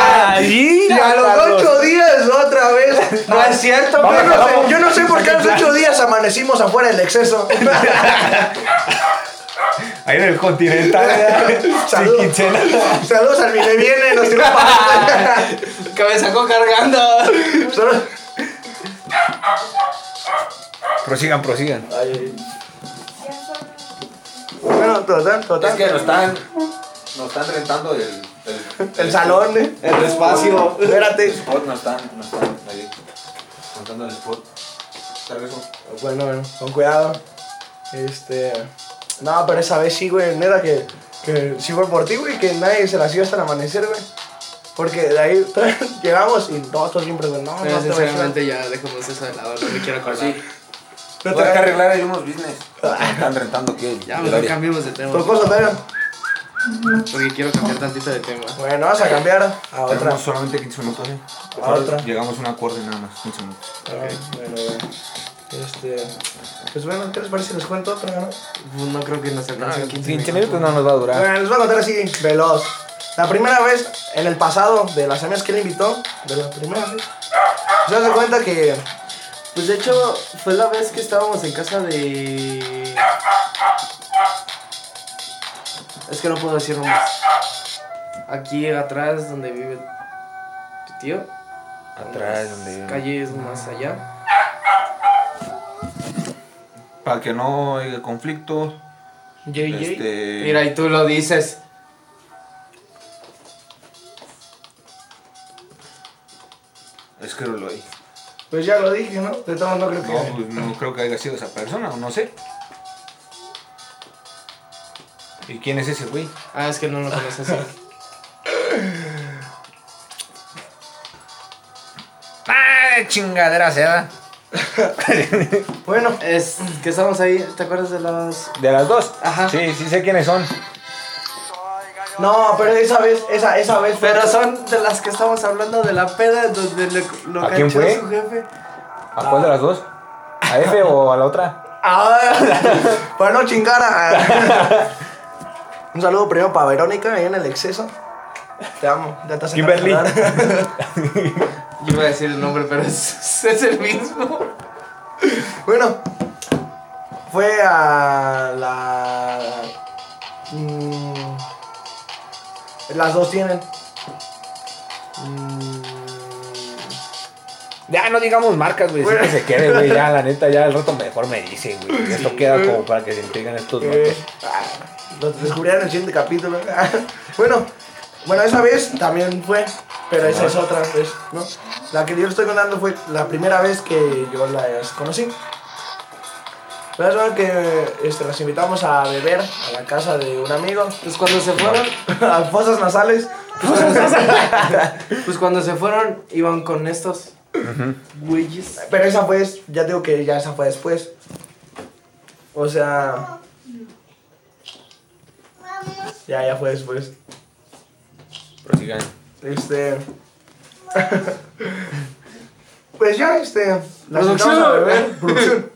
Speaker 3: Y a los ocho días otra vez.
Speaker 2: No es cierto,
Speaker 3: Yo
Speaker 2: pero.
Speaker 3: no sé, yo no sé por qué a los ocho días amanecimos afuera del exceso.
Speaker 1: Ahí en el continental, sin
Speaker 3: Saludos.
Speaker 1: quincena.
Speaker 3: Saludos al que viene, nos tiró para
Speaker 2: Que me sacó cargando.
Speaker 3: Saludos.
Speaker 1: Prosigan, prosigan.
Speaker 3: Ay, ay. Bueno, total, total.
Speaker 1: están. Nos están rentando el.
Speaker 3: El salón, eh.
Speaker 1: el espacio.
Speaker 3: Espérate.
Speaker 1: spot, nos están. Nos están ahí. Rentando el spot. Tal vez
Speaker 3: Bueno, bueno, con cuidado. Este. No, pero esa vez sí, güey, neta que, que sí fue por ti, güey, que nadie se la siguió hasta el amanecer, güey. Porque de ahí llegamos y todos, todos siempre, güey, no, no,
Speaker 2: Pero
Speaker 3: te voy a llevar.
Speaker 2: sinceramente ya dejamos eso de lado, no me quiero acordar.
Speaker 3: No te voy a llevar.
Speaker 1: arreglar ahí unos business. Están rentando aquí.
Speaker 2: Ya, mejor cambiemos de tema.
Speaker 3: Tocó sotero.
Speaker 2: Porque quiero cambiar tantito de tema.
Speaker 3: Bueno, vamos a cambiar a otra.
Speaker 1: Tenemos solamente 15 minutos. ¿eh?
Speaker 3: A otra.
Speaker 1: Llegamos a un acuerdo y nada más. 15 minutos.
Speaker 3: Ah, Bueno, güey. Este. Pues bueno, ¿qué les parece si les cuento otra, no?
Speaker 2: Pues No creo que nos alcance 15 minutos.
Speaker 1: no nos va a durar.
Speaker 3: Bueno, les voy a contar así, veloz. La primera vez, en el pasado, de las amigas que él invitó, de la primera vez, se hace cuenta que.
Speaker 2: Pues de hecho, fue la vez que estábamos en casa de. Es que no puedo decir más. Aquí atrás, donde vive tu tío.
Speaker 1: Atrás,
Speaker 2: unas
Speaker 1: donde vive. Ah.
Speaker 2: Calles más allá.
Speaker 5: Para que no haya conflicto.
Speaker 2: JJ.
Speaker 5: Este-
Speaker 2: Mira, y tú lo dices.
Speaker 5: Es que lo hay.
Speaker 3: Pues ya lo dije, ¿no? De todos no creo que.
Speaker 5: No, pues no creo que haya sido esa persona, o no sé. ¿Y quién es ese güey?
Speaker 2: Ah, es que no lo conoces.
Speaker 5: ¡Ah, chingadera seda!
Speaker 3: Bueno,
Speaker 2: es que estábamos ahí, ¿te acuerdas de las.
Speaker 1: ¿De las dos?
Speaker 2: Ajá.
Speaker 1: Sí, sí sé quiénes son.
Speaker 3: no, pero esa vez, esa, esa vez. fue-
Speaker 2: Pero son de las que estábamos hablando de la peda donde le, lo
Speaker 1: ¿A quién
Speaker 2: cachó
Speaker 1: fue?
Speaker 2: su jefe.
Speaker 1: ¿A cuál de las dos? ¿A F o a la otra?
Speaker 3: Ah, para no chingar a- Un saludo primero para Verónica, ahí en el exceso. Te amo, ya te has
Speaker 1: Kimberly.
Speaker 2: Yo iba a decir el nombre, pero es, es el mismo.
Speaker 3: Bueno, fue a la. Mm, las dos tienen. Mm,
Speaker 1: Ya no digamos marcas, güey. sí
Speaker 3: Bueno.
Speaker 1: que se quede, güey. Ya, la neta, ya el rato mejor me dice, güey. Esto queda como para que se integren estos
Speaker 3: eh,
Speaker 1: vatos.
Speaker 3: ah, lo descubrirán en el siguiente capítulo. bueno, bueno, esa vez también fue, pero esa es otra vez, ¿no? La que yo estoy contando fue la primera vez que yo las conocí. Pero es bueno que este, las invitamos a beber a la casa de un amigo,
Speaker 2: Pues cuando se fueron,
Speaker 3: a fosas nasales.
Speaker 2: pues cuando se fueron, iban con estos güeyes.
Speaker 3: Pero esa fue, ya digo que ya esa fue después. O sea, ya, ya fue después.
Speaker 1: Prosigan.
Speaker 3: Este. pues ya, este. Las
Speaker 2: Producción.
Speaker 3: invitamos a beber. Producción.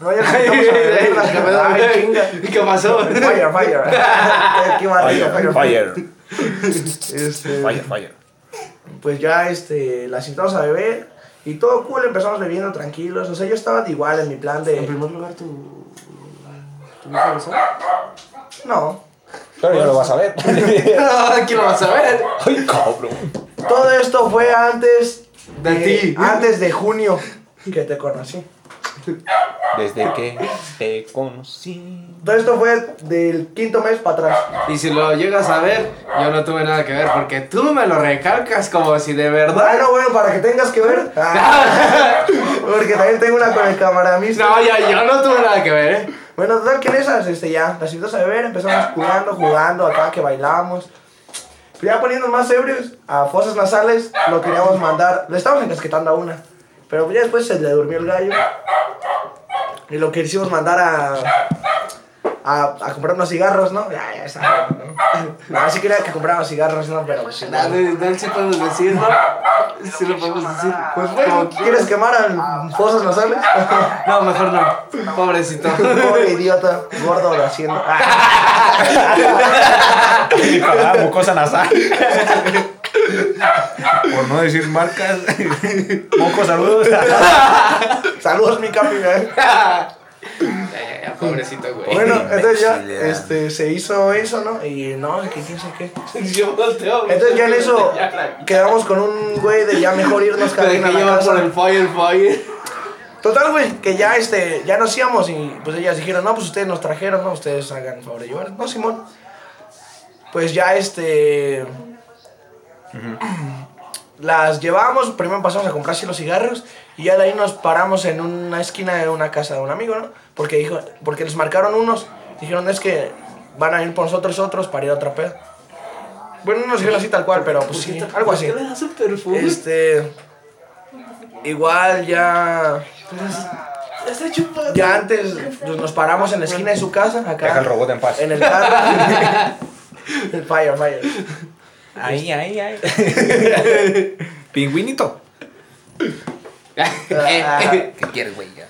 Speaker 3: No, ya las invitamos a beber. las- Ay, chinga.
Speaker 2: ¿Qué pasó?
Speaker 3: Fire, fire. Qué maldito,
Speaker 1: Fire, fire,
Speaker 3: Este,
Speaker 1: fire, fire.
Speaker 3: Pues ya este, las invitamos a beber y todo cool, empezamos bebiendo tranquilos. O sea, yo estaba igual en mi plan
Speaker 2: En
Speaker 3: de.
Speaker 2: primer lugar, tu. ¿Tu vieja lo sabe?
Speaker 3: No.
Speaker 1: Pero ya lo vas a ver.
Speaker 2: ¿Quién lo va a saber?
Speaker 1: Ay, cabrón.
Speaker 3: Todo esto fue antes.
Speaker 2: De ti.
Speaker 3: Antes de junio que te conocí.
Speaker 1: Desde que te conocí.
Speaker 3: Todo esto fue del quinto mes para atrás.
Speaker 2: Y si lo llegas a ver, yo no tuve nada que ver porque tú me lo recalcas como si de verdad.
Speaker 3: Bueno, Ah, bueno, para que tengas que ver. Ah, porque también tengo una con el camaramista.
Speaker 2: No, ya, yo no tuve nada que ver, ¿eh?
Speaker 3: Bueno, total que en esas, este ya, las invitamos a beber, empezamos jugando, jugando, acá que bailamos. Pero ya poniendo más ebrios a fosas nasales, lo queríamos mandar. Le estábamos encasquetando a una. Pero ya después se le durmió el gallo. Y lo quisimos mandar a. A, a comprar unos cigarros, ¿no? Ya, ya está. ¿no? No, sí quería que compráramos cigarros, ¿no? Pero pues,
Speaker 2: Nada,
Speaker 3: nada.
Speaker 2: Ah, de, de él sí podemos decir, ¿no? Sí lo podemos decir.
Speaker 3: Pues bueno, ¿quieres quemar a fosas nasales?
Speaker 2: No, mejor no. Pobrecito.
Speaker 3: Pobre idiota, gordo lo haciendo. Ah,
Speaker 5: Y para la mucosa nasal. Por no decir marcas. Moco, saludos.
Speaker 3: Saludos, mi capi. ¿eh?
Speaker 2: pobrecito, güey.
Speaker 3: Bueno,
Speaker 5: Imbécil,
Speaker 3: entonces ya
Speaker 5: ya.
Speaker 3: este, se hizo eso, ¿no? Y no, que quién sabe qué.
Speaker 2: Yo volteo. güey.
Speaker 3: Entonces ya en eso
Speaker 2: Ya la-
Speaker 3: quedamos con un güey de ya mejor irnos cada
Speaker 2: De
Speaker 3: quien a
Speaker 2: que
Speaker 3: la
Speaker 2: lleva por el
Speaker 3: casa.
Speaker 2: fire, fire.
Speaker 3: Total, güey, que ya este, ya nos íbamos y pues ellas dijeron, no, pues ustedes nos trajeron, no, ustedes hagan el favor de llevar. No, Simón. Pues ya este. Las llevamos, primero pasamos a comprar sí, los cigarros y ya de ahí nos paramos en una esquina de una casa de un amigo, ¿no? Porque dijo, porque les marcaron unos, dijeron es que van a ir por nosotros otros para ir a otra peda. Bueno, no nos dijeron así tal cual, pero pues sí, algo así.
Speaker 2: ¿Por qué le das un perfume?
Speaker 3: Este. Igual ya.
Speaker 2: Está chupando.
Speaker 3: Ya antes pues, nos paramos en la esquina de su casa,
Speaker 1: Deja el
Speaker 3: acá.
Speaker 1: robot en paz.
Speaker 3: En el carro. el fire, fire.
Speaker 1: Ahí, ahí, ahí. Pingüinito. ¿Qué quieres, güey? Ya?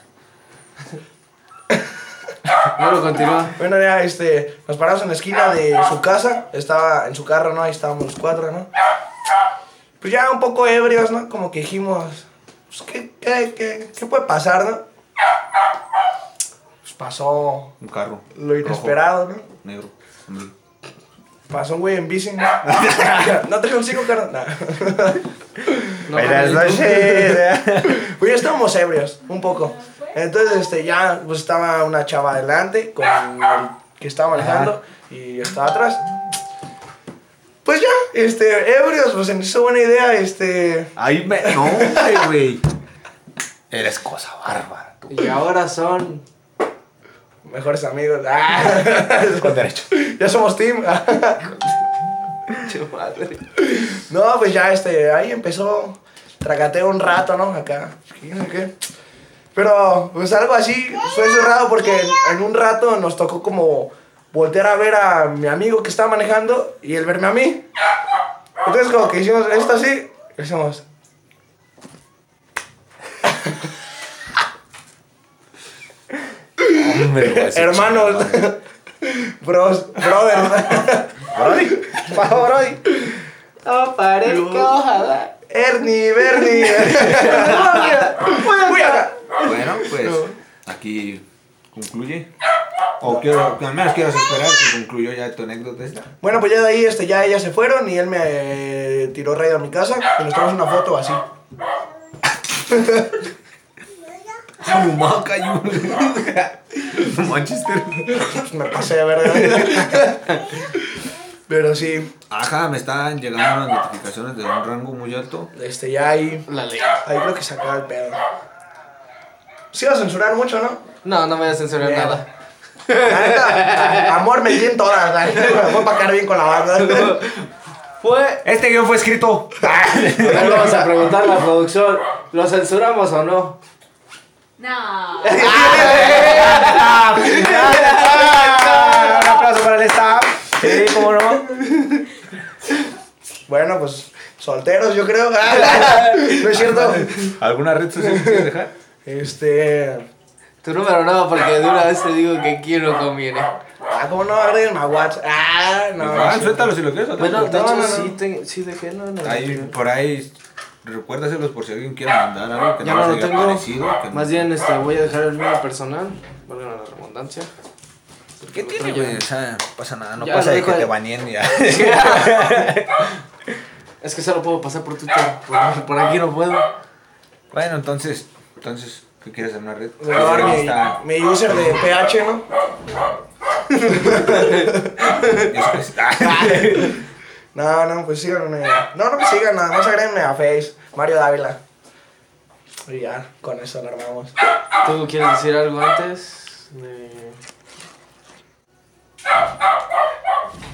Speaker 2: Bueno, continúa.
Speaker 3: Bueno, ya este. Nos paramos en la esquina de su casa. Estaba en su carro, ¿no? Ahí estábamos los cuatro, ¿no? Pues ya un poco ebrios, ¿no? Como que dijimos. Pues, ¿qué, qué, qué, qué puede pasar, no? Pues pasó
Speaker 5: Un carro.
Speaker 3: lo inesperado, ¿no?
Speaker 5: negro.
Speaker 3: Pasó un güey en bici. No, no traje un cinco carnal. Nah.
Speaker 2: No, no, no.
Speaker 3: Pues ya estábamos ebrios, un poco. Entonces, este, ya pues, estaba una chava adelante con el que estaba manejando y yo estaba atrás. Pues ya, este, ebrios, pues se me hizo buena idea, este.
Speaker 5: Ahí me. No, hombre, güey. Eres cosa bárbara. tú.
Speaker 2: Y ahora son.
Speaker 3: Mejores amigos. Ah.
Speaker 1: Con derecho.
Speaker 3: ya somos team.
Speaker 2: Che madre.
Speaker 3: No, pues ya este, ahí empezó, tracateo un rato, ¿no? Acá, ¿quién sabe qué? Pero, pues algo así, fue cerrado porque en, en un rato nos tocó como voltear a ver a mi amigo que estaba manejando y él verme a mí. Entonces como que hicimos esto así, y hicimos...
Speaker 1: Hombre, güey, sí,
Speaker 3: Hermanos,
Speaker 1: chingada, güey.
Speaker 3: bros, brothers,
Speaker 5: Brody.
Speaker 3: por favor hoy,
Speaker 2: No parezco, ojalá.
Speaker 3: Ernie, Bernie, voy acá.
Speaker 5: Bueno, pues aquí concluye. O quiero, al menos quiero esperar que concluyó ya tu anécdota esta.
Speaker 3: Bueno, pues ya de ahí, este, ya ellas se fueron y él me eh, tiró rayo a mi casa y nos tomamos una foto así.
Speaker 5: Chumaca, yo. Manchester.
Speaker 3: Pues me pasé de verdad. Pero sí,
Speaker 5: Ajá, me están llegando las notificaciones de un rango muy alto.
Speaker 3: este, ya ahí,
Speaker 2: La ley.
Speaker 3: ahí creo que se acaba el pedo. Sí va a censurar mucho, ¿no?
Speaker 2: No, no voy a censurar
Speaker 3: Bien.
Speaker 2: nada.
Speaker 3: La neta, a- amor, me di en todas. la neta, Me voy a pacar bien con la banda.
Speaker 2: Fue.
Speaker 1: Este guión fue escrito.
Speaker 2: Ahora le vamos a preguntar a la producción: ¿lo censuramos o no?
Speaker 4: No.
Speaker 1: Un aplauso para el staff.
Speaker 2: Sí, cómo no.
Speaker 3: Bueno, pues solteros, yo creo. No es cierto.
Speaker 1: ¿Alguna red social que quieres dejar?
Speaker 3: Este.
Speaker 2: Tu número no, porque de una vez te digo que aquí no conviene.
Speaker 3: Ah, ¿cómo no agreguen a WhatsApp? Ah, no.
Speaker 1: Ah,
Speaker 3: sí.
Speaker 1: suéltalo si lo quieres. suéltalo.
Speaker 2: Bueno, de
Speaker 3: No,
Speaker 2: hecho,
Speaker 3: no, no.
Speaker 2: sí, te- sí dejé, no, no.
Speaker 1: Ahí, por ahí, recuérdaselos por si alguien quiere mandar algo que
Speaker 2: Ya
Speaker 1: no
Speaker 2: no
Speaker 1: les
Speaker 2: lo
Speaker 1: haya
Speaker 2: tengo.
Speaker 1: parecido. que no-
Speaker 2: Más bien, este, voy a dejar el mío personal. Valga la redundancia.
Speaker 5: ¿Qué tiene, güey? O sea, no pasa nada, no
Speaker 2: Ya,
Speaker 5: pasa
Speaker 2: lo
Speaker 5: de
Speaker 2: dejo
Speaker 5: que
Speaker 2: de-
Speaker 5: te baneen ya.
Speaker 2: Es que solo puedo pasar por Twitter. Por, por aquí no puedo.
Speaker 1: Bueno, entonces, entonces, ¿qué quieres en una red?
Speaker 3: Voy a grabar
Speaker 1: Ahí
Speaker 3: mi-
Speaker 1: está.
Speaker 3: mi, user de PH, ¿no?
Speaker 1: Eso es- Ah,
Speaker 3: No, no, pues síganme. No, no me sigan, nada más agréguenme a Face, Mario Dávila. Y ya, con eso lo armamos.
Speaker 2: ¿Tú quieres decir algo antes? De-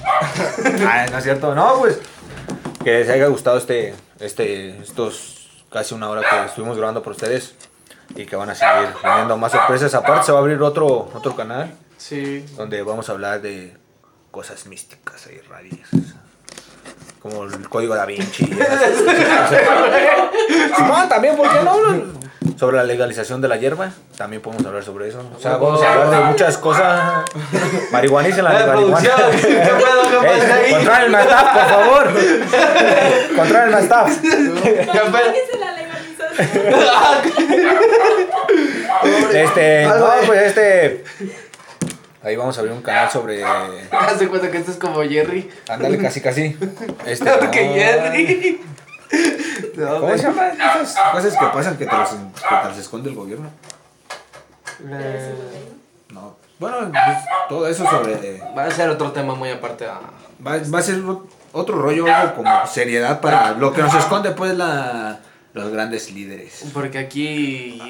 Speaker 1: ah, no es cierto, no, pues.
Speaker 5: Que les haya gustado este, este, estos casi una hora que estuvimos grabando por ustedes y que van a seguir teniendo más sorpresas. Aparte se va a abrir otro, otro canal
Speaker 2: Sí.
Speaker 5: donde vamos a hablar de cosas místicas y raras. Como el código da Vinci. y esas cosas. Simón, también, ¿por qué no? Sobre la legalización de la hierba, también podemos hablar sobre eso. O sea, vamos a hablar de muchas cosas. Marihuanícenla
Speaker 2: Eh,
Speaker 5: la marihuana.
Speaker 2: producción, ¿qué pedo? ¿Qué pasa ahí?
Speaker 5: Ey, Controlen a staff, por favor. Controlen a staff.
Speaker 2: pedo?
Speaker 4: que se la legalización?
Speaker 1: Ah,
Speaker 5: Este,
Speaker 3: Algo
Speaker 5: no,
Speaker 3: de-
Speaker 5: pues este. Ahí vamos a abrir un canal sobre.
Speaker 2: Haz de cuenta que esto es como Jerry.
Speaker 5: Ándale, casi, casi. Este,
Speaker 2: Claro que
Speaker 5: no.
Speaker 2: Jerry. No,
Speaker 1: ¿Cómo
Speaker 2: me-
Speaker 1: se llaman esas cosas que pasan que te las, que te las esconde el gobierno?
Speaker 2: Eh,
Speaker 1: No. Bueno, pues, todo eso sobre.
Speaker 2: Va a ser otro tema muy aparte. ah.
Speaker 1: Va, va a ser ro- otro rollo, algo como seriedad para lo que nos esconde, pues, la, los grandes líderes.
Speaker 2: Porque aquí.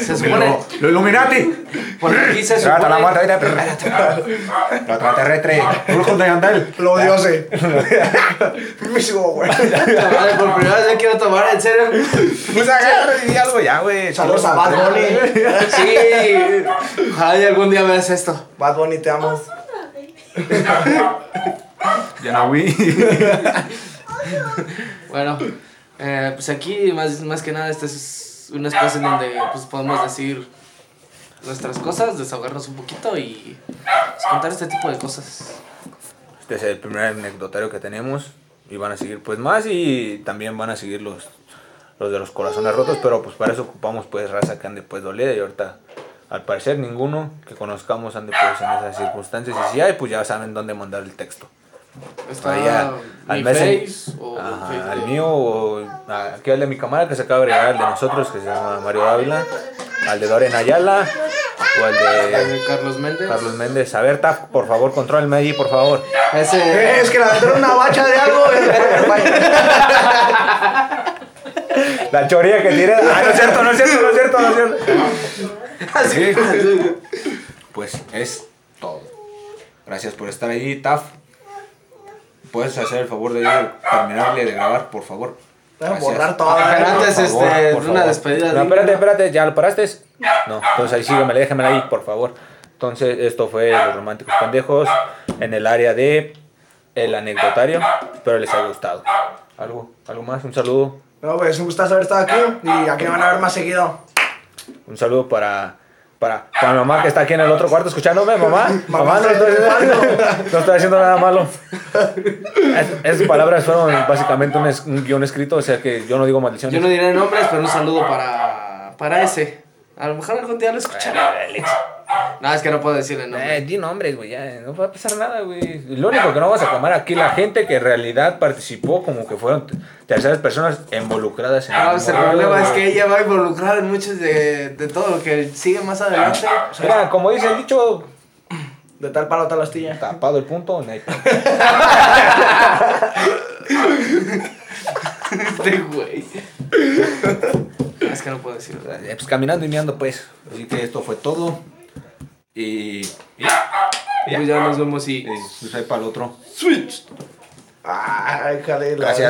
Speaker 2: Se supone.
Speaker 1: Lo, lo Illuminati.
Speaker 2: Porque aquí se
Speaker 5: Trata la mata,
Speaker 2: supone.
Speaker 5: ahorita, Lo extraterrestre. Brujo de Gandalf.
Speaker 3: Lo odiose. Mismo, güey.
Speaker 5: ¿eh?
Speaker 2: Madre, Por primera vez me quiero tomar, en serio.
Speaker 1: Pues agarra y di algo ya, güey.
Speaker 3: Saludos a Bad Bunny.
Speaker 2: Sí. Ojalá y algún día veas esto.
Speaker 3: Bad Bunny, te amo.
Speaker 4: Osuna, baby.
Speaker 1: Ya no vi.
Speaker 2: Bueno, eh, pues aquí más, más que nada este es un espacio en donde pues, podemos decir nuestras cosas, desahogarnos un poquito y pues, contar este tipo de cosas.
Speaker 5: Este es el primer anecdotario que tenemos. Y van a seguir pues más y también van a seguir los, los de los corazones rotos. Pero pues para eso ocupamos pues raza que ande pues dolida. Y ahorita al parecer ninguno que conozcamos ande pues en esas circunstancias. Y si hay pues ya saben dónde mandar el texto.
Speaker 2: Está
Speaker 5: Ahí a-
Speaker 2: Ah, mi
Speaker 5: al messen-
Speaker 2: face o
Speaker 5: Ajá,
Speaker 2: Facebook. eh,
Speaker 5: al mío o a- aquí al de mi cámara que se acaba de agregar, al de nosotros que se llama Mario Ávila. Al de Doren Ayala o al de
Speaker 2: Eh, Carlos Méndez.
Speaker 5: Carlos Méndez. A ver, Tap, por favor, contrólme ahí, por favor.
Speaker 2: Ese
Speaker 3: Eh, es que le aventaron una bacha de algo. eh.
Speaker 5: La choría que tiene. Ah, no es cierto, no es cierto, no es cierto, no es cierto.
Speaker 1: Sí. Pues es todo. Gracias por estar ahí, Taf. ¿Puedes hacer el favor de terminarle de grabar, por favor?
Speaker 3: Voy a
Speaker 1: Gracias.
Speaker 3: borrar todo. ¿eh?
Speaker 2: Pero antes,
Speaker 5: Por favor,
Speaker 2: este,
Speaker 5: por
Speaker 2: una
Speaker 5: favor.
Speaker 2: despedida.
Speaker 5: No,
Speaker 2: digna.
Speaker 5: espérate, espérate, ¿ya lo paraste? No, entonces ahí síguemela, déjamela ahí, por favor. Entonces, esto fue Los Románticos Pendejos en el área de El Anecdotario. Espero les haya gustado. ¿Algo, algo más? Un saludo.
Speaker 3: No, pues un gustazo haber estado aquí. Y aquí me van a ver más seguido.
Speaker 5: Un saludo para, para, para mi mamá que está aquí en el otro cuarto escuchándome, mamá. Mamá, no
Speaker 3: te
Speaker 5: estoy,
Speaker 3: estoy
Speaker 5: haciendo, no estoy haciendo nada malo. Es- esas palabras fueron básicamente un, es- un guión escrito, o sea que yo no digo maldiciones.
Speaker 2: Yo no diré nombres, pero un saludo para, para ese. A lo mejor algún día lo escuchará. No, es que no puedo decirle
Speaker 5: Eh,
Speaker 2: nombre.
Speaker 5: di nombres, güey, ya, no va a pasar nada, güey. Lo único que no vas a quemar aquí la gente que en realidad participó, como que fueron t- terceras personas involucradas en
Speaker 1: Ah,
Speaker 2: No, pues, el problema es
Speaker 5: güey.
Speaker 2: que ella va involucrada en muchos de, de todo lo que sigue más adelante.
Speaker 5: Mira, como dice el dicho,
Speaker 3: De tal palo, tal astilla.
Speaker 5: tapado el punto, no hay punto.
Speaker 1: Eh,
Speaker 2: Este güey. Es que que no puedo decir. ¿verdad?
Speaker 1: Eh, Pues caminando y meando, pues. Así que esto fue todo. Y. y-
Speaker 2: Pues ya nos vemos y.
Speaker 1: y, pues ahí para el otro.
Speaker 3: Switch. Ay, Jalel.
Speaker 1: Gracias.